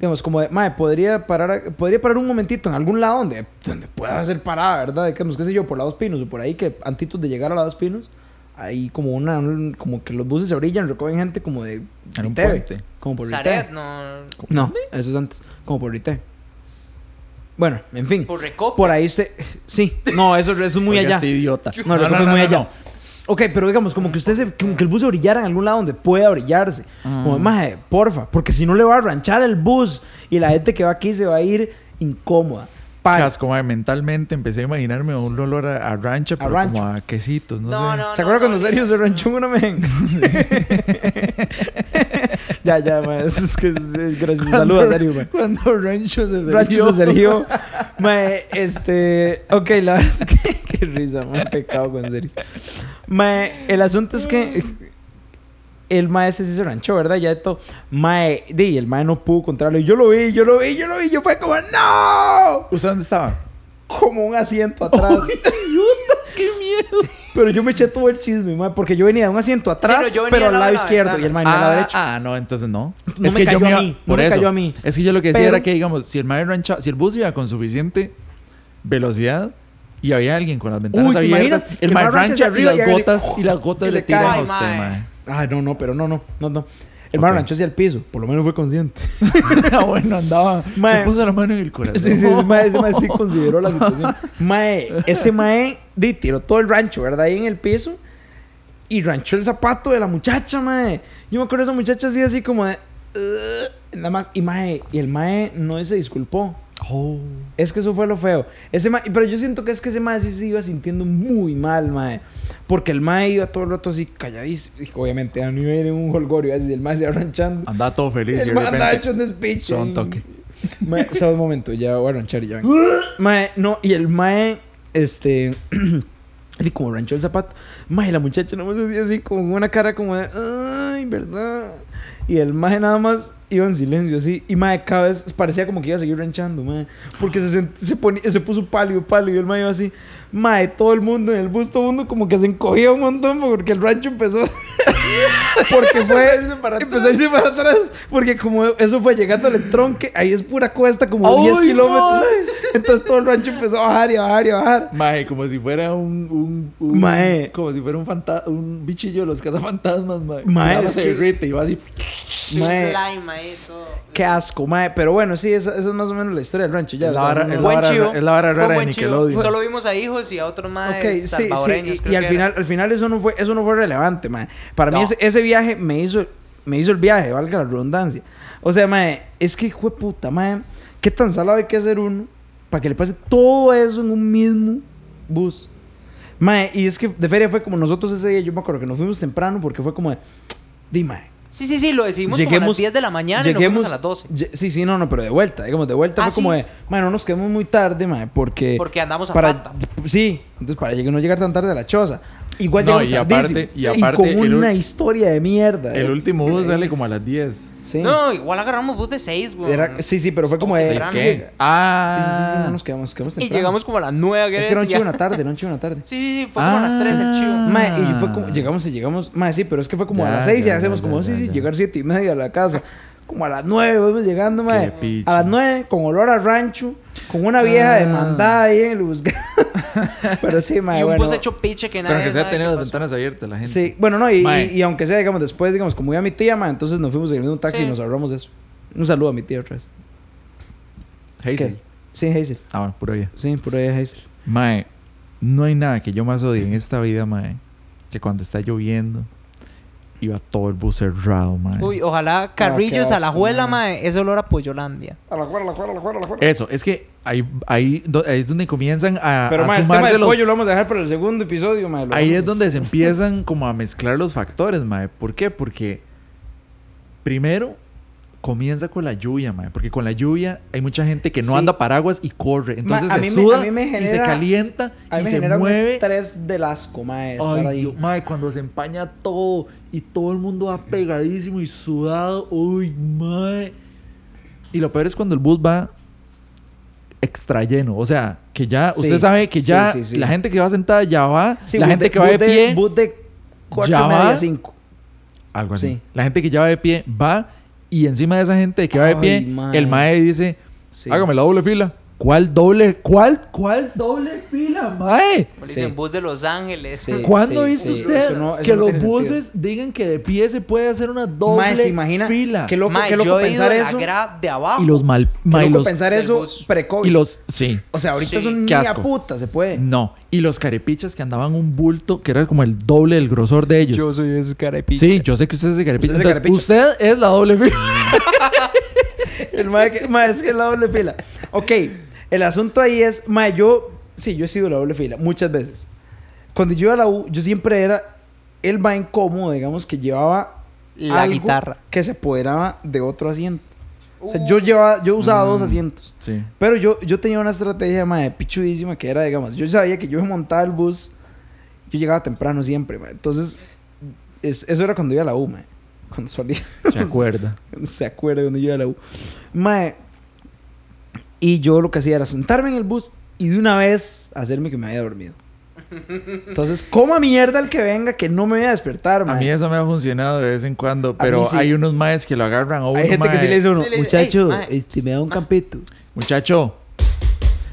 S1: Digamos, como de, mae, podría parar, podría parar un momentito en algún lado pues, donde, donde pueda hacer parada, ¿verdad? Digamos, qué sé yo, por la Dos Pinos o por ahí, que antitos de llegar a la Dos Pinos, hay como una. un- como que los buses se orillan, recogen gente como de.
S2: En un
S1: Riteve,
S2: puente.
S1: Como por
S3: Zaret,
S1: Rite.
S3: no.
S1: No, eso es antes. Como por Rite. Bueno, en fin.
S3: Por Recope.
S1: Por ahí usted. Sí, no, eso, eso es muy
S2: Oiga,
S1: allá.
S2: este idiota.
S1: No, Recope es muy allá. Ok, pero digamos, como que usted se, como que el bus se orillara en algún lado donde pueda orillarse. Como, maje, porfa, porque si no le va a ranchar el bus y la gente que va aquí se va a ir incómoda.
S2: Qué
S1: Para.
S2: asco, mae, mentalmente empecé a imaginarme un olor a, a rancho, pero
S1: rancho.
S2: como a quesitos, no,
S3: No,
S2: sé.
S3: no.
S1: ¿Se acuerda cuando
S3: no,
S1: Sergio
S3: no.
S1: se ranchó una men? ya, ya, ma, eso es que es, es gracioso. Saluda a Sergio, ma.
S2: Cuando rancho se
S1: Rancho
S2: servió.
S1: de Sergio. Mae, este. Ok, la verdad es que. Qué risa, mae. Pecado con Sergio. Mae, el asunto es que. El mae ese sí se ranchó, ¿verdad? Ya de todo. Mae, di, el mae no pudo contarlo. Y Yo lo vi, yo lo vi, yo lo vi. Yo fue como, ¡No!
S2: ¿Usted dónde estaba?
S1: Como un asiento atrás.
S2: ¡Qué miedo!
S1: Pero yo me eché todo el chisme, mae, porque yo venía de un asiento atrás,
S3: no, yo venía
S1: pero
S3: al
S1: al lado
S3: lado de la
S1: izquierdo.
S3: ventana.
S1: Y el mae venía al lado
S2: Ah,
S1: derecho.
S2: ah, no, entonces no.
S1: No me cayó a mí, no me cayó a mí.
S2: Es que yo lo que decía
S1: Pero-
S2: era que, digamos, si el mae rancha, si el bus iba con suficiente velocidad y había alguien con las ventanas
S1: ¿se
S2: abiertas,
S1: imaginas?
S2: el
S1: Que
S2: mae
S1: el mae rancha hacia
S2: rancha y
S1: arriba
S2: las
S1: y haga así, ¡oh!
S2: gotas, y las gotas
S1: y
S2: le
S1: le
S2: tiran a
S3: cae.
S2: usted,
S3: Ay,
S2: mae.
S1: Ah, no, no, pero no, no, no, no. El mae
S2: Ok.
S1: ranchó hacia el piso. Por lo menos fue consciente.
S2: Ah, bueno, andaba.
S1: Mae.
S2: Se puso la mano en el corazón.
S1: Sí, sí, ese mae, ese mae sí consideró la situación. Mae, ese mae di, tiró todo el rancho, ¿verdad? Ahí en el piso. Y ranchó el zapato de la muchacha, mae. Yo me acuerdo de esa muchacha así, así como de... "Ugh", nada más. Y mae, y el mae no se disculpó.
S2: Oh.
S1: Es que eso fue lo feo. Ese mae- pero yo siento que es que ese mae sí se iba sintiendo muy mal, mae. Porque el mae iba todo el rato así calladísimo. Y Obviamente, a no iba a ir en un holgorio. así, el mae se iba ranchando.
S2: Andaba todo feliz y
S1: el
S2: de
S1: mae andaba
S2: repente...
S1: hecho un despiche.
S2: Solo un toque.
S1: Mae, solo un momento, ya voy a ranchar y ya vengo. Mae, no, y el mae, este. Y como ranchó el zapato. Mae, la muchacha nomás hacía así, con una cara como de. Ay, ¿verdad? Y el mae nada más iba en silencio así. Y mae, cada vez parecía como que iba a seguir ranchando, mae. Porque se, sent- se, ponía- se puso pálido, pálido. Y el mae iba así. Mae, todo el mundo en el bus, todo el mundo como que se encogía un montón porque el rancho empezó. porque fue. empezó a irse para atrás. Porque como eso fue llegando al tronque, ahí es pura cuesta, como 10
S2: ¡Ay,
S1: kilómetros. Entonces todo el rancho empezó a bajar y a bajar y a bajar.
S2: Mae, como si fuera un... un, un-
S1: Mae.
S2: Como si fuera un, fanta- un bichillo de los cazafantasmas, mae.
S1: Mae,
S2: Nada más
S1: es
S2: se
S1: que-
S2: derrite y va así...
S3: Sí,
S1: Mae,
S3: slime, ahí, todo.
S1: Qué asco, mae. Pero bueno, sí, esa, esa es más o menos la historia del rancho. Ya,
S2: Es la
S1: o sea,
S2: vara-
S1: no-
S2: es
S3: Buen
S2: vara-
S3: chivo.
S2: es la vara
S3: Fue
S2: rara de
S3: buen chivo.
S2: Nickelodeon.
S3: Solo vimos a hijos y a otros más
S1: Ok, sí,
S3: salvadoreños.
S1: sí. Y,
S3: creo
S1: y al,
S3: que
S1: final, al final eso no fue, eso no fue relevante, mae. Para mí
S3: No.
S1: ese, ese viaje me hizo, me hizo el viaje, valga la redundancia. O sea, mae, es que, hijo de puta, mae. ¿Qué tan salado hay que hacer uno para que le pase todo eso en un mismo bus? Mae, y es que de feria fue como nosotros ese día, yo me acuerdo que nos fuimos temprano porque fue como de... Di, mae.
S3: era. Sí, sí, sí, lo decidimos como a las 10 de la mañana y nos fuimos a las 12.
S1: ye- sí, sí, no, no, pero de vuelta. Digamos, de vuelta
S3: Ah,
S1: fue como
S3: sí.
S1: de, mae, no nos quedemos muy tarde, mae, porque.
S3: Porque andamos a
S1: para,
S3: pata.
S1: Sí, entonces para llegar- no llegar tan tarde a la choza. Igual
S2: No,
S1: llegamos
S2: y aparte-
S1: tardísimo.
S2: y aparte
S1: con
S2: el ul-
S1: una historia de mierda. eh.
S2: El último bus sale como a las 10.
S1: Sí.
S3: No, igual agarramos bus de 6, güey.
S1: Era- sí, sí, pero fue como de.
S3: Once
S1: es
S3: temprano.
S1: que- Sí, sí, sí, sí,
S2: Ah.
S1: no nos quedamos, nos quedamos
S3: Y
S1: temprano.
S3: llegamos como a las 9.
S1: Es que era un chivo en la tarde, era un chivo en la tarde.
S3: Sí, sí, sí, fue como a las 3 el
S2: Ah.
S3: chivo.
S1: Mae, y fue como, llegamos y llegamos, mae, sí, pero es que fue como a
S2: Ya,
S1: las seis y
S2: ya,
S1: hacemos
S2: ya,
S1: como,
S2: ya,
S1: sí,
S2: ya,
S1: sí,
S2: ya.
S1: llegar siete y media a la casa. Como a las nueve vamos llegando, mae.
S2: picha.
S1: A las nueve, con olor a rancho, con una vieja
S2: Ah.
S1: demandada ahí en el buscar. pero sí, mae,
S3: y un
S1: bueno.
S3: bus hecho piche que nadie.
S2: Pero que sea
S3: sabe
S2: tener
S3: qué
S2: las
S3: pasó.
S2: ventanas abiertas la gente.
S1: Sí, bueno, no, y,
S2: Mae.
S1: y- y aunque sea, digamos, después, digamos, como iba mi tía, mae, entonces nos fuimos en el mismo taxi y
S3: Sí.
S1: nos ahorramos eso. Un saludo a mi tía otra vez.
S2: Hazel.
S1: ¿Qué? Sí, Hazel.
S2: Ah, bueno, pura vida.
S1: Sí, por ahí Hazel.
S2: Mae, no hay nada que yo más odie en esta vida, mae, que cuando está lloviendo y va todo el bus cerrado, mae.
S3: Uy, ojalá Carrillos
S1: qué
S3: a la
S1: asco,
S3: juela,
S1: mae.
S3: mae. Ese olor a Poyolandia.
S1: A la juega, a la juega, a la juega, a la juega.
S2: Eso, es que ahí, ahí, do- ahí es donde comienzan a,
S1: Pero,
S2: Eh, a
S1: mae, el tema
S2: sumarse
S1: del
S2: los-
S1: pollo lo vamos a dejar para el segundo episodio, mae. lo
S2: Ahí
S1: vamos
S2: es
S1: a-
S2: donde se empiezan como a mezclar los factores, mae. ¿Por qué? Porque primero comienza con la lluvia, mae. Porque con la lluvia hay mucha gente que no
S1: Sí.
S2: anda paraguas y corre. Entonces
S1: a
S2: se
S1: mí me- a
S2: suda
S1: mí me
S2: y se
S1: genera-
S2: calienta
S1: A mí
S2: y
S1: me
S2: se
S1: genera un
S2: mueve.
S1: estrés del asco, mae, estar
S2: Ay,
S1: ahí.
S2: Dios, mae, cuando se empaña todo y todo el mundo va pegadísimo y sudado. Uy, mae. Y lo peor es cuando el bus va extra lleno. O sea, que ya,
S1: Sí,
S2: usted sabe que
S1: sí,
S2: ya
S1: sí, sí.
S2: la gente que va sentada ya va.
S1: Sí,
S2: la
S1: bus
S2: gente
S1: de-
S2: que va
S1: bus
S2: de pie.
S1: Bus de 4
S2: ya
S1: y media,
S2: va.
S1: 5.
S2: Algo así.
S1: Sí.
S2: La gente que ya va de pie va y encima de esa gente que va de
S1: Ay,
S2: pie,
S1: mae.
S2: el mae dice,
S1: Sí.
S2: hágame la doble fila. ¿Cuál doble? ¿Cuál? ¿Cuál doble fila, mae?
S3: Como le dicen,
S1: Sí.
S3: bus de Los Ángeles.
S1: Sí.
S2: ¿Cuándo
S1: sí,
S2: hizo
S1: sí.
S2: usted
S1: Eso no- eso
S2: que
S1: no
S2: los
S1: tiene
S2: buses digan que de pie se puede hacer una doble
S1: Mae, se imagina
S2: fila?
S1: qué loco,
S3: Mae,
S1: qué loco
S3: yo he ido
S1: pensar
S3: a la
S1: eso. Qué
S3: grada de abajo.
S2: y los mal... mae, y
S1: loco
S2: los,
S1: pensar
S3: del
S1: eso
S3: bus.
S1: pre-COVID.
S2: y los... Sí.
S1: O sea, ahorita
S3: Sí,
S1: son
S2: qué
S1: ni a
S2: asco.
S1: puta, se puede.
S2: No. Y los carepichas que andaban un bulto que era como el doble del grosor de ellos.
S3: soy de esos carepichas.
S2: sí, yo sé que usted es de carepicha.
S1: Usted es de
S2: Entonces, usted es la doble fila.
S1: El mae que- mae, es que es la doble fila. Ok, el asunto ahí es, mae, yo, sí, yo he sido la doble fila muchas veces. Cuando yo iba a la U, yo siempre era el mae incómodo, digamos, que llevaba
S3: La
S1: algo
S3: guitarra. Uh.
S1: que se apoderaba de otro asiento. O sea, yo llevaba, yo usaba
S3: Mm.
S1: dos asientos.
S2: Sí.
S1: Pero yo, yo tenía una estrategia, mae, pichudísima que era, digamos, yo sabía que yo me montaba el bus, yo llegaba temprano siempre, mae. Entonces, es- eso era cuando iba a la U, mae. Cuando solía.
S2: Se acuerda.
S1: se acuerda cuando yo iba a la U. Mae. Y yo lo que hacía era sentarme en el bus y de una vez hacerme que me había dormido. Entonces, coma mierda el que venga que no me voy a despertar,
S2: A mí
S1: mae.
S2: eso me ha funcionado de vez en cuando, pero
S1: mí sí.
S2: hay unos maes que lo agarran a uno,
S1: Hay gente que sí
S2: mae.
S1: le dice a uno,
S3: Sí, le dice,
S1: muchacho,
S3: "Ey, mae,
S1: este, me da un campito.
S2: Muchacho,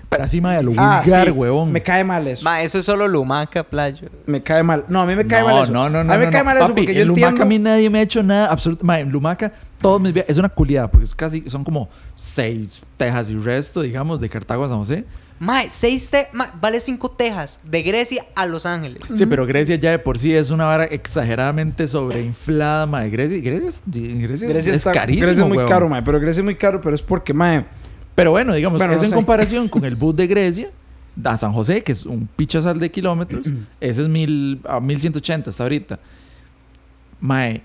S2: pero así, mae, a lo
S1: Ah,
S2: vulgar,
S1: sí,
S2: huevón.
S1: Me cae mal eso.
S3: Ma, eso es solo Lumaca, playo.
S1: Me cae mal. No, a mí me cae
S2: no,
S1: mal eso.
S2: No, no, no.
S1: A mí me
S2: no,
S1: cae
S2: no.
S1: mal eso
S2: Papi,
S1: porque yo
S2: en Lumaca
S1: entiendo...
S2: a mí nadie me ha hecho nada. Absoluto. mae, en Lumaca, todos mis viajes. Es una culiada porque es casi. Son como seis tejas y resto, digamos, de Cartago a San José.
S3: Ma, seis te ma, vale cinco tejas. De Grecia a Los Ángeles.
S2: Sí, pero Grecia ya de por sí es una vara exageradamente sobreinflada, mae. Grecia, Grecia, es- Grecia,
S1: Grecia
S2: es
S1: está-
S2: carísimo.
S1: Grecia es muy
S2: huevón.
S1: caro, mae. Pero Grecia es muy caro, pero es porque, mae...
S2: Pero bueno, digamos,
S1: Bueno,
S2: eso
S1: no
S2: en
S1: sé.
S2: comparación con el bus de Grecia a San José, que es un pichazal de kilómetros, ese es mil, a 1180 hasta ahorita. Mae,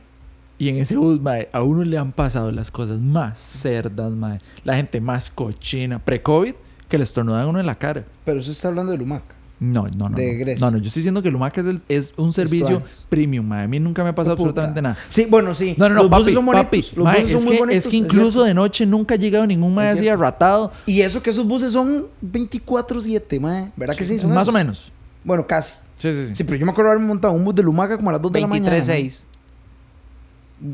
S2: y en ese bus, mae, a uno le han pasado las cosas más cerdas, mae. La gente más cochina, pre-COVID, que le estornudan a uno en la cara.
S1: Pero usted está hablando de Lumaca.
S2: No, no, no.
S1: De
S2: no.
S1: Grecia.
S2: No, no, yo estoy diciendo que Lumaca es, el- es un servicio
S1: antes.
S2: premium, mae. A mí nunca me ha pasado
S1: Puta.
S2: absolutamente nada.
S1: Sí, bueno, sí.
S2: No, no, no,
S1: Los
S2: papi,
S1: buses son bonitos.
S2: papi,
S1: Los
S2: mae,
S1: buses son
S2: es,
S1: muy
S2: que,
S1: bonitos.
S2: es que
S1: cierto.
S2: incluso de noche nunca ha llegado ningún mae así
S1: cierto.
S2: arratado.
S1: Y eso que esos buses son 24-7, mae. ¿Verdad que sí? Son
S2: Más
S1: esos.
S2: o menos.
S1: Bueno, casi.
S2: Sí, sí, sí.
S1: Sí, pero yo me acuerdo haberme montado un bus de Lumaca como a las 2 de la mañana.
S3: 23-6.
S1: mae.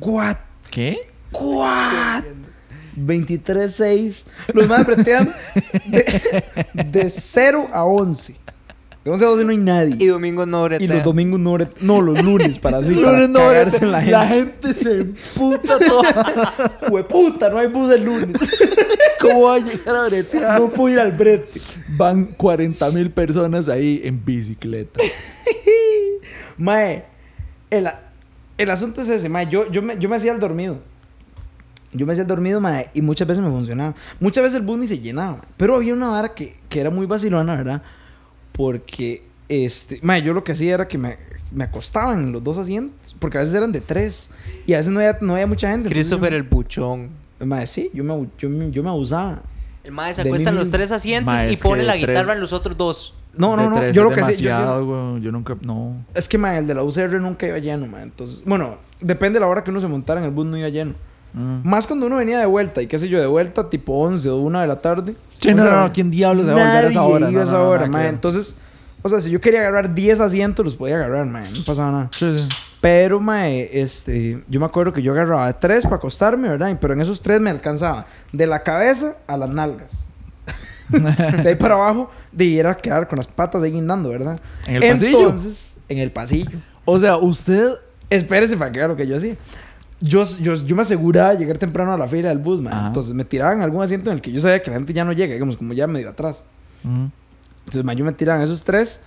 S1: What?
S2: ¿Qué?
S1: What? 23-6. Los más bretean de, de 0 a 11. De 11 a 12 no hay nadie.
S3: Y domingo no
S1: Y
S3: bretea.
S1: los domingos no bret- No, los lunes para así.
S2: Lunes
S1: para
S2: no
S1: cagarse
S2: bretea.
S1: en la gente.
S2: La
S1: se emputa toda. Jueputa, no hay bus el lunes.
S2: ¿Cómo va a llegar a bretear?
S1: No puedo ir al brete.
S2: Van 40 mil personas ahí en bicicleta.
S1: Mae, el, a- el asunto es ese, mae. Yo, yo, me, yo me hacía el dormido. Yo me hacía el dormido, mae, y muchas veces me funcionaba. Muchas veces el bus ni se llenaba, mae. Pero había una vara que, que era muy vacilona, ¿verdad? Porque, este, mae, yo lo que hacía era que me, me acostaban en los dos asientos, porque a veces eran de tres, y a veces no había, no había mucha gente. entonces
S3: Christopher el buchón.
S1: yo- Mae, sí, yo me, abu- yo, me- yo me abusaba.
S3: El mae se
S1: De
S3: acuesta en
S1: mí
S3: los
S1: mismo.
S3: tres asientos
S2: Mae,
S3: y
S2: es que
S3: pone
S2: de
S3: la
S2: tres-
S3: guitarra en los otros dos.
S1: No, no,
S2: De
S1: no,
S2: tres
S1: yo lo
S2: es
S1: que hacía. yo hacía-
S2: demasiado, weón. Yo nunca. No.
S1: Es que, mae, el de la UCR nunca iba lleno, mae. Entonces, bueno, depende de la hora que uno se montara en el bus, no iba lleno.
S2: Mm.
S1: Más cuando uno venía de vuelta, y qué sé yo, de vuelta tipo 11 o 1 de la tarde.
S2: Sí,
S1: O
S2: no,
S1: sea,
S2: no, no, ¿quién diablos se va a volver a esa
S1: nadie
S2: hora?
S1: iba a
S2: No,
S1: esa
S2: no, no,
S1: hora,
S2: nada
S1: mae.
S2: que ver.
S1: Entonces, o sea, si yo quería agarrar 10 asientos, los podía agarrar, mae. No pasaba nada.
S2: Sí, sí.
S1: Pero, mae, este, yo me acuerdo que yo agarraba tres para acostarme, ¿verdad? Y- Pero en esos tres me alcanzaba de la cabeza a las nalgas. de ahí para abajo, debiera quedar con las patas ahí guindando, ¿verdad?
S2: En el
S1: Entonces, en el pasillo.
S2: O sea, usted.
S1: Espérese para que vea lo que yo hacía. Yo, yo, yo me aseguraba de llegar temprano a la fila del bus, man.
S2: Ajá.
S1: Entonces me tiraban a algún asiento en el que yo sabía que la gente ya no llega, digamos, como ya medio atrás.
S2: Mm.
S1: Entonces, man, yo me tiraban esos tres,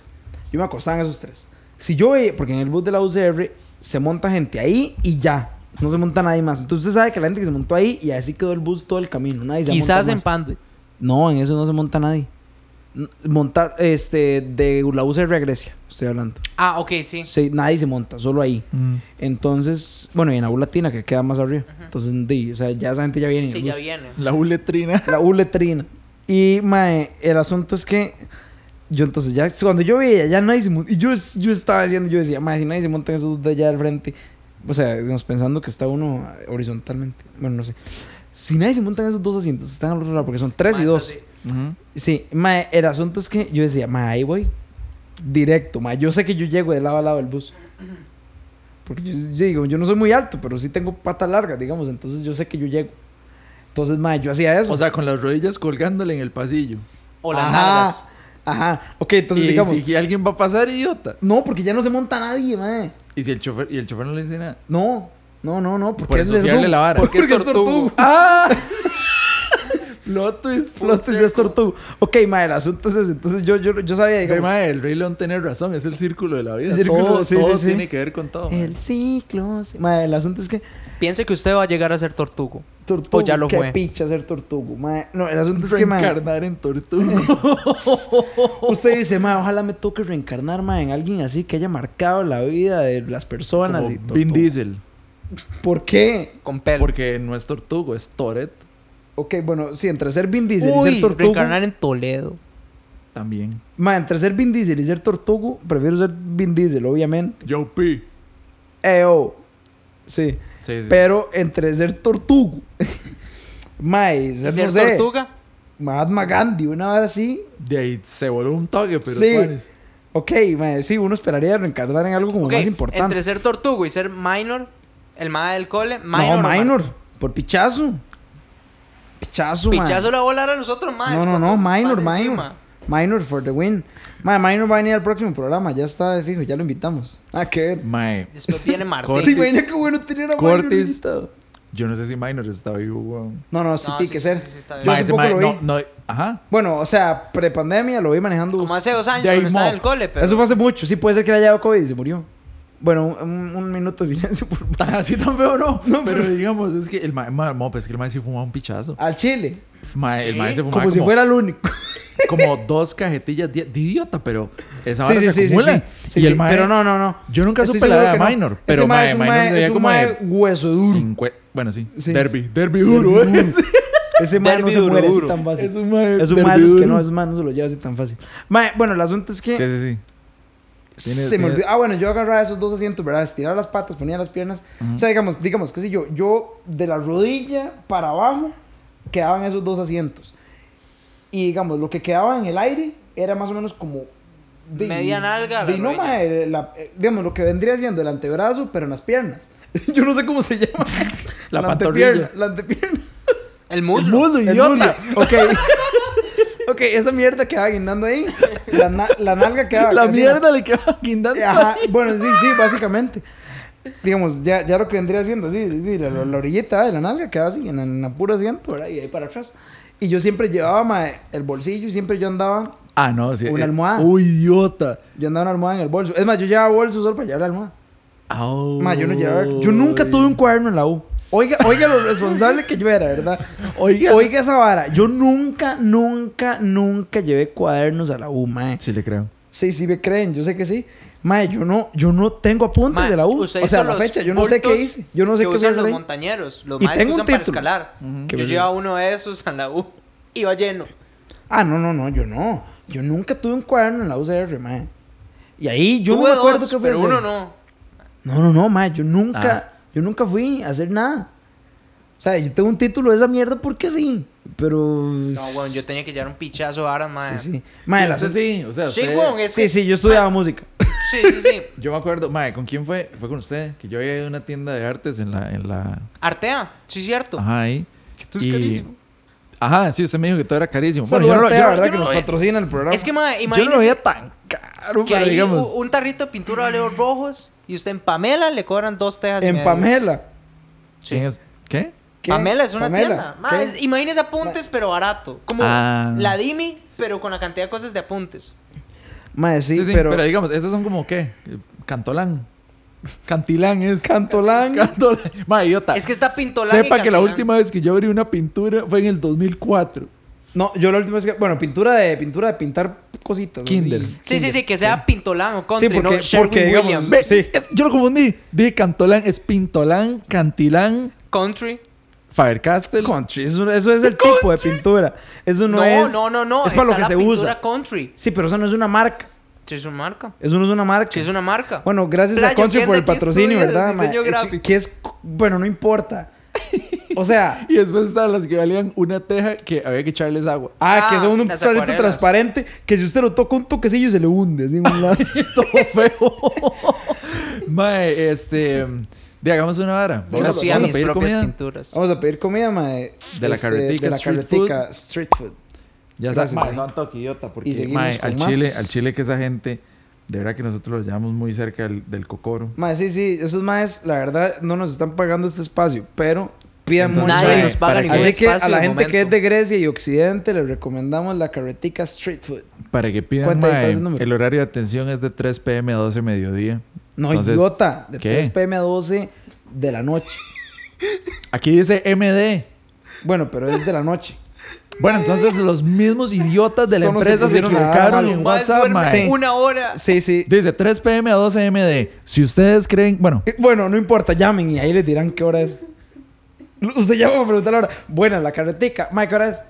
S1: yo me acostaba en esos tres. Si yo veía, porque en el bus de la UCR se monta gente ahí y ya, no se monta nadie más. Entonces usted sabe que la gente que se montó ahí y así quedó el bus todo el camino, nadie se
S3: Quizás
S1: monta
S3: en
S1: más.
S3: Panduit.
S1: No, en eso no se monta nadie. N- Montar, este, de la UCR a Grecia, estoy hablando.
S3: Ah, ok, sí.
S1: Sí, nadie se monta, solo ahí.
S2: Mm.
S1: Entonces, bueno, y en la U Latina que queda más arriba. Entonces, di, o sea, ya esa gente ya viene. en
S3: Sí,
S1: el
S3: ya
S1: bus.
S3: viene.
S2: La buletrina.
S1: La U Letrina. Y, mae, el asunto es que yo entonces ya, cuando yo veía, ya nadie se monta. Y yo, yo estaba diciendo, yo decía, mae, si nadie se monta en esos de allá al frente. O sea, digamos, pensando que está uno eh, horizontalmente. Bueno, no sé. Si nadie se monta en esos dos asientos, están al otro lado, porque son tres
S3: Ma,
S1: y
S3: está
S1: dos.
S3: así.
S2: Ujú.
S1: Sí, mae, el asunto es que yo decía, mae, ahí voy. Directo, mae. Yo sé que yo llego de lado a lado del bus. Porque yo, yo digo, yo no soy muy alto, pero sí tengo patas largas, digamos. Entonces yo sé que yo llego. Entonces, mae, yo hacía eso.
S2: O sea, con las rodillas colgándole en el pasillo.
S3: O las
S1: Ajá,
S3: nalgas.
S1: Ajá. Ok, entonces
S2: y
S1: digamos.
S2: si alguien va a pasar, idiota.
S1: No, porque ya no se monta nadie, mae.
S2: Y si el chofer, y el chofer no le dice nada.
S1: No, no, no, no. Porque
S2: Por
S1: es verdú.
S2: ensuciarle la vara.
S1: Porque, es tortugo.
S2: ¡Ah! Plot twist.
S1: Lo ensucias tortugo. Ok, mae, el asunto es ese. Entonces yo, yo, yo sabía,
S2: Ve,
S1: digamos.
S2: mae, el Rey León tiene razón, es el círculo de la vida.
S1: El círculo,
S2: todo
S1: sí,
S2: todo
S1: sí, sí.
S2: tiene que ver con todo. mae.
S1: el ciclo. sí. Mae, el asunto es que.
S3: Piense que usted va a llegar a ser tortugo.
S1: Tortugo.
S3: O Pues ya lo
S1: qué
S3: fue.
S1: picha ser tortugo, mae. No, el asunto es que, eh, mae.
S2: Reencarnar en tortugo.
S1: Usted dice, mae, ojalá me toque reencarnar, mae, en alguien así que haya marcado la vida de las personas.
S2: Como
S1: y tortugo.
S2: Vin Diesel.
S1: ¿Por qué?
S3: Con pelo.
S2: Porque no es tortugo, es Toret
S1: Ok, bueno, sí, entre ser Vin Diesel y
S3: Uy,
S1: ser tortugo.
S3: reencarnar en Toledo.
S2: también.
S1: Ma, entre ser Vin Diesel y ser tortugo, prefiero ser Vin Diesel, obviamente.
S2: Yo P.
S1: Eh, oh. Sí.
S2: Sí, sí.
S1: Pero entre ser tortugo. Ma, y
S3: ¿Y
S1: ser,
S3: ser
S1: no sé,
S3: tortuga?
S1: Mahatma Gandhi, una vez así.
S2: De ahí se voló un toque, pero
S1: Sí.
S2: tuanes.
S1: Ok, ma, sí, uno esperaría reencarnar en algo como
S3: Ok,
S1: más importante.
S3: Entre ser tortugo y ser minor, el mae del cole, minor.
S1: no,
S3: mae.
S1: minor. Por pichazo. Pichazo, ma.
S3: Pichazo le va a volar a los otros maes.
S1: No, no,
S3: cuando
S1: no,
S3: los maes
S1: minor, minor.
S3: encima.
S1: Minor for the win. Ma, minor va a venir al próximo programa, ya está de fijo, ya lo invitamos. Ah, qué ver.
S2: Mae,
S3: Después viene Martín.
S2: Cortis.
S1: Sí, imagina qué bueno tener a Minor
S2: Cortis.
S1: invitado.
S2: yo no sé si Minor está vivo, weón.
S1: No, no, sí
S3: No,
S1: tiene
S3: sí,
S1: que
S3: sí,
S1: ser.
S3: sí, sí, está bien.
S1: Yo
S2: Mae,
S1: hace
S2: ese
S1: poco
S2: mae,
S1: lo vi.
S2: no, no, ajá.
S1: Bueno, o sea, prepandemia lo vi manejando.
S3: Como
S1: bus.
S3: hace dos años
S2: De ahí
S3: cuando estaba en
S2: mo-
S3: el cole, pero.
S1: Eso fue hace mucho, sí puede ser que le haya dado COVID y se murió. Bueno, un, un- un minuto de silencio por
S2: Así tan feo no. pero, digamos, es que el mae, mae, mo, pues es que el mae sí fumaba un pichazo.
S1: al chile,
S2: Mae, el
S3: Sí.
S2: mae se
S1: Ah, como,
S2: fumaba como,
S1: si fuera el único.
S2: como dos cajetillas de, de idiota, pero esa
S1: Sí,
S2: vara
S1: sí,
S2: se
S1: sí, sí,
S2: acumula.
S1: sí, sí,
S2: y el
S1: sí,
S2: mae,
S1: pero no, no, no.
S2: Yo nunca
S1: Estoy
S2: supe la
S1: seguro
S2: edad de
S1: que no.
S2: Minor,
S1: Ese
S2: pero
S1: mae
S2: mae,
S1: es un
S2: Minor
S1: mae-
S2: se veía
S1: es un
S2: como
S1: mae
S2: de
S1: hueso duro.
S2: 50 bueno, sí.
S1: Sí.
S2: Derby, derby duro,
S1: Derbi
S2: eh.
S1: duro. Ese mae no
S2: Derbi
S1: se
S2: duro,
S1: muere así
S2: duro.
S1: tan fácil.
S2: Es un mae
S1: Es un
S2: derbi
S1: mae de esos que
S2: duro.
S1: no, es más, no se lo lleva así tan fácil. Mae, bueno, el asunto es que
S2: Sí, sí, sí. Tiene-
S1: se
S2: tiene-
S1: me olvidó. Ah, bueno, yo agarraba esos dos asientos, ¿verdad? Estiraba las patas, ponía las piernas. O sea, digamos, digamos, qué sé yo, yo de la rodilla para abajo quedaban esos dos asientos. Y digamos, lo que quedaba en el aire era más o menos como.
S3: Media nalga a la
S1: De, no,
S3: rodilla.
S1: mae, la- eh, digamos, lo que vendría siendo el antebrazo, pero en las piernas. yo no sé cómo se llama.
S2: La
S1: antepierna.
S2: pantorrilla.
S1: La antepierna.
S3: El muslo.
S1: El
S2: idiota.
S1: muslo. Ok. Ok, esa mierda quedaba guindando ahí. La, na- la nalga quedaba.
S2: La
S1: casi-
S2: mierda le quedaba guindando.
S1: Ajá, bueno, sí, sí, básicamente. Digamos, ya, ya lo que vendría haciendo, sí, sí, sí, la, la- la orillita de la nalga quedaba así, en, en apuro asiento, ¿verdad? Y de ahí para atrás. Y yo siempre llevaba mae, el bolsillo y siempre yo andaba,
S2: Ah, no, sí.
S1: Una
S2: eh,
S1: almohada.
S2: Uy, idiota.
S1: yo andaba una almohada en el bolso. Es más, yo llevaba bolso solo para llevar la almohada. Ma, yo no llevaba. Yo nunca tuve un cuaderno en la U. Oiga, oiga lo responsable que yo era, ¿verdad?
S2: Oiga.
S1: Oiga esa vara. Yo nunca, nunca, nunca llevé cuadernos a la U, mae.
S2: Sí, le creo.
S1: Sí, sí me creen, yo sé que sí. Mae, yo no, yo no tengo apuntes
S3: Mae,
S1: de la U. O
S3: usted
S1: sea,
S3: hizo
S1: a la
S3: los
S1: fecha, yo no sé qué
S3: bultos
S1: hice. Yo no sé
S3: que
S1: qué
S3: usan
S1: voy a hacer
S3: los
S1: ahí.
S3: montañeros. Los
S1: Y
S3: maestros
S1: tengo un
S3: usan para
S1: título.
S3: escalar.
S1: Qué
S3: Yo
S1: vergüenza.
S3: llevaba uno de esos a la U. Iba lleno.
S1: Ah, no, no, no, yo no. Yo nunca tuve un cuaderno en la UCR, mae. Y ahí yo no
S3: Tuve
S1: me acuerdo
S3: dos,
S1: qué fue
S3: pero uno no.
S1: No, no, no, mae, yo nunca, yo nunca fui a hacer nada. O sea, yo tengo un título de esa mierda porque sí, pero...
S3: No, weón, yo tenía que llevar un pichazo ahora, mae.
S1: Sí, sí. Mae, la-
S2: Eso
S1: sí,
S2: sí, o sea,
S3: Sí,
S2: usted-
S3: weón, es
S1: sí,
S3: que-
S1: yo estudiaba música.
S3: Sí, sí, sí.
S2: Yo me acuerdo, mae, ¿con quién fue? Fue con usted, que yo había ido a una tienda de artes en la, en la,
S3: Artea, sí, cierto.
S2: ajá, ahí.
S3: Que tú es
S2: Y-
S3: carísimo.
S2: Ajá, sí, usted me dijo que todo era carísimo.
S1: Bueno,
S2: yo no lo- yo no-
S1: verdad,
S2: yo
S1: que
S2: no
S1: nos
S2: lo-
S1: patrocina el programa.
S3: Es que, mae,
S2: Yo no lo veía
S3: imagínese
S2: tan caro,
S3: que
S2: pero
S3: ahí
S2: digamos.
S3: u- un tarrito de pintura de Leo Rojos y usted en Pamela le cobran dos tejas. y
S1: en
S3: media.
S1: Pamela.
S2: ¿Quién es? ¿Qué?
S1: ¿Qué?
S3: Pamela es una
S1: Pamela,
S3: tienda. Ma,
S1: ¿qué?
S3: es- imagínese apuntes, pero barato. Como
S2: Ah.
S3: la Dimi, pero con la cantidad de cosas de apuntes.
S1: Mae, sí,
S2: Sí, sí, pero,
S1: pero...
S2: digamos, estos son como qué? Cantolán. Cantilán es.
S1: Cantolán.
S2: Cantolán. Mae, idiota.
S3: Es que está pintolán y
S2: Sepa que la
S3: Cantilán.
S2: última vez que yo abrí una pintura fue en el 2004.
S1: No, yo la última vez que. Bueno, pintura de pintura de pintar cositas. así.
S2: Kindle.
S3: Sí, sí, sí, que sea pintolán o country,
S1: Sí, porque-
S3: no Sherwin
S1: porque, digamos,
S3: Williams.
S2: Ve,
S1: Sí.
S2: es- yo lo confundí. Dije Cantolán, es Pintolán, Cantilán,
S3: Country.
S2: Faber Castell.
S1: Country. Eso, eso es el tipo de pintura. Eso no,
S3: No,
S1: es.
S3: no, no, no.
S1: Es para lo
S3: está
S1: que
S3: la
S1: se
S3: pintura
S1: usa.
S3: country.
S1: Sí, pero eso no es una marca.
S3: Sí, es una marca.
S1: Eso no es una marca.
S3: Sí, es una marca.
S1: Bueno, gracias
S3: Playa,
S1: a Country por
S3: ¿quién
S1: el
S3: de aquí
S1: patrocinio,
S3: estudia
S1: ¿verdad?
S3: diseño
S1: ma? Es-
S3: gráfico?
S1: que es. Bueno, no importa. O sea.
S2: Y después estaban las que valían una teja que había que echarles agua.
S1: Ah, que
S3: Ah,
S1: son un
S3: las
S1: planeta
S3: acuarelas.
S1: transparente que si usted lo toca un toquecillo se le hunde. así, un lado.
S2: Todo feo. Mae, este. De, hacemos una vara.
S1: Yo
S3: Yo
S2: Vamos a-
S3: hacía
S2: vamos a
S3: mis
S2: pedir
S3: propias
S2: comida.
S3: pinturas.
S1: Vamos a pedir comida, mae. este,
S2: De la carretica,
S1: De la
S2: street
S1: carretica, street food.
S2: Ya sabes,
S1: Gracias,
S2: mae,
S1: mae.
S2: son toque idiota,
S1: Y
S2: porque
S1: seguimos
S2: mae,
S1: con
S2: al
S1: más.
S2: chile, al chile que esa gente, de verdad que nosotros lo llevamos muy cerca del, del cocoro.
S1: Mae, sí, sí, esos maes, la verdad, no nos están pagando este espacio, pero pidan mucho.
S2: Entonces,
S3: Nadie
S2: mae,
S1: mae.
S3: nos paga
S2: para
S3: ningún
S2: que-
S1: Así que a
S3: espacio
S1: la
S3: de
S1: gente que es
S3: momento.
S1: de Grecia y Occidente les recomendamos la carretica street food.
S2: Para que pidan,
S1: Cuenta ahí,
S2: mae,
S1: ¿cuál es el número?
S2: el horario de atención es de 3 pm a 12 mediodía.
S1: No,
S2: Entonces,
S1: idiota, de
S2: ¿qué?
S1: 3 pm a 12 de la noche.
S2: Aquí dice MD.
S1: Bueno, pero es de la noche.
S2: Bueno, entonces los mismos idiotas de la
S1: Son los
S2: empresa
S1: que
S2: se
S1: pusieron la
S2: equivocaron
S1: arma,
S2: en
S1: los
S3: Más
S2: WhatsApp,
S3: duerme
S2: mae.
S1: Sí.
S3: una hora.
S1: Sí, sí.
S2: Dice 3 pm a 12 MD. Si ustedes creen, bueno,
S1: Eh, Bueno, no importa, llamen y ahí les dirán qué hora es. Usted llama para preguntar la hora. Buena, la carretica. Mae, ¿qué hora es?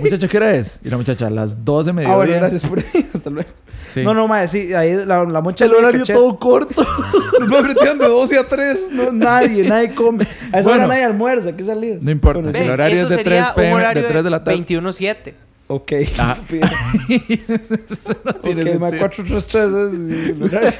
S2: muchacho, ¿qué hora es? Y la muchacha, a las 12 mediodía.
S1: Ah, bueno, gracias por Hasta luego.
S2: Sí.
S1: No, no, mae, sí, ahí la, la moncha
S2: El
S1: de
S2: horario
S1: cachet.
S2: todo corto.
S1: Los más bretean de 12 a 3. No, nadie, nadie come. A esa
S2: Bueno.
S1: hora nadie almuerza. ¿Qué salidas?
S2: No importa,
S1: Bueno,
S2: sí.
S1: sí.
S2: El horario
S3: eso
S2: es de
S3: sería
S2: 3
S3: un
S2: PM, de
S3: horario
S2: 3 de la tarde.
S3: 21-7.
S1: Ok.
S2: Ah.
S1: estúpido.
S2: Tiene
S1: ok, mae, 4,
S2: sentido.
S1: 3, 3. Es el horario.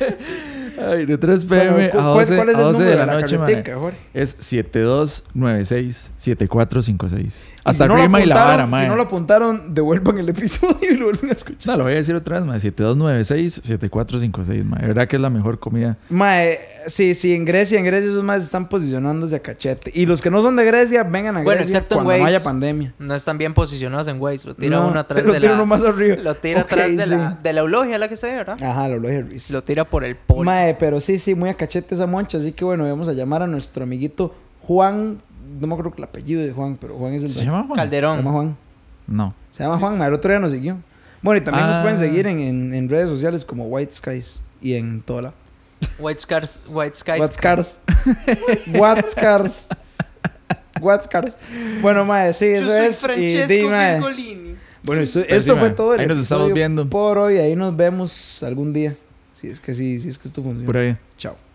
S2: Ay, de 3 pm
S1: Bueno, ¿cu-
S2: a
S1: cuál-
S2: 12,
S1: cuál es
S2: a
S1: el
S2: 12
S1: número
S2: de la,
S1: de la
S2: noche,
S1: carretica,
S2: mae.
S1: Jorge?
S2: Es 7296-7456.
S1: Y
S2: Hasta
S1: si no lo
S2: rima y la
S1: apuntaron-
S2: vara, mae.
S1: Si no lo apuntaron, devuelvan el episodio y lo vuelven a escuchar.
S2: No, lo voy a decir otra vez, mae. 7296-7456, mae. De verdad que es la mejor comida.
S1: Mae, sí, sí, en Grecia, en Grecia esos más están posicionándose a cachete. Y los que no son de Grecia, vengan a Grecia
S3: Bueno, excepto en
S1: cuando no
S3: Waze.
S1: haya pandemia.
S3: No están bien posicionados en Waze. Lo tira
S1: No,
S3: uno atrás
S1: lo
S3: de
S1: tira
S3: la...
S1: uno más arriba.
S3: Lo tira
S1: Ok,
S3: atrás de,
S1: sí.
S3: la, de la eulogia, la que sea, ¿verdad?
S1: Ajá, lo de Ruiz.
S3: Lo tira por el polo.
S1: Mae, pero sí, sí, muy a cachete esa moncha. Así que bueno, vamos a llamar a nuestro amiguito Juan. No me acuerdo el apellido de Juan, pero Juan es el
S2: ¿Se
S1: dueño.
S2: llama
S1: Se
S2: Juan?
S1: llama
S3: Calderón.
S1: Juan.
S2: No.
S1: Se llama Juan, mae, el otro día nos siguió. Bueno, y también nos
S2: Ah.
S1: pueden seguir en, en- en redes sociales como White Skies y en toda la.
S3: White, Scars, White Skies.
S1: What's cars? What's cars? What's cars? Bueno, mae, sí, eso
S3: eh,
S1: es. y di, mae.
S3: Virgolini.
S1: Bueno, eso,
S2: Pues
S1: eso
S2: sí,
S1: fue
S2: mae.
S1: todo. el
S2: Ahí nos estamos
S1: episodio
S2: viendo.
S1: Por hoy, ahí nos vemos algún día. Si es que sí, si es que esto funciona.
S2: Pura vida.
S1: Chao.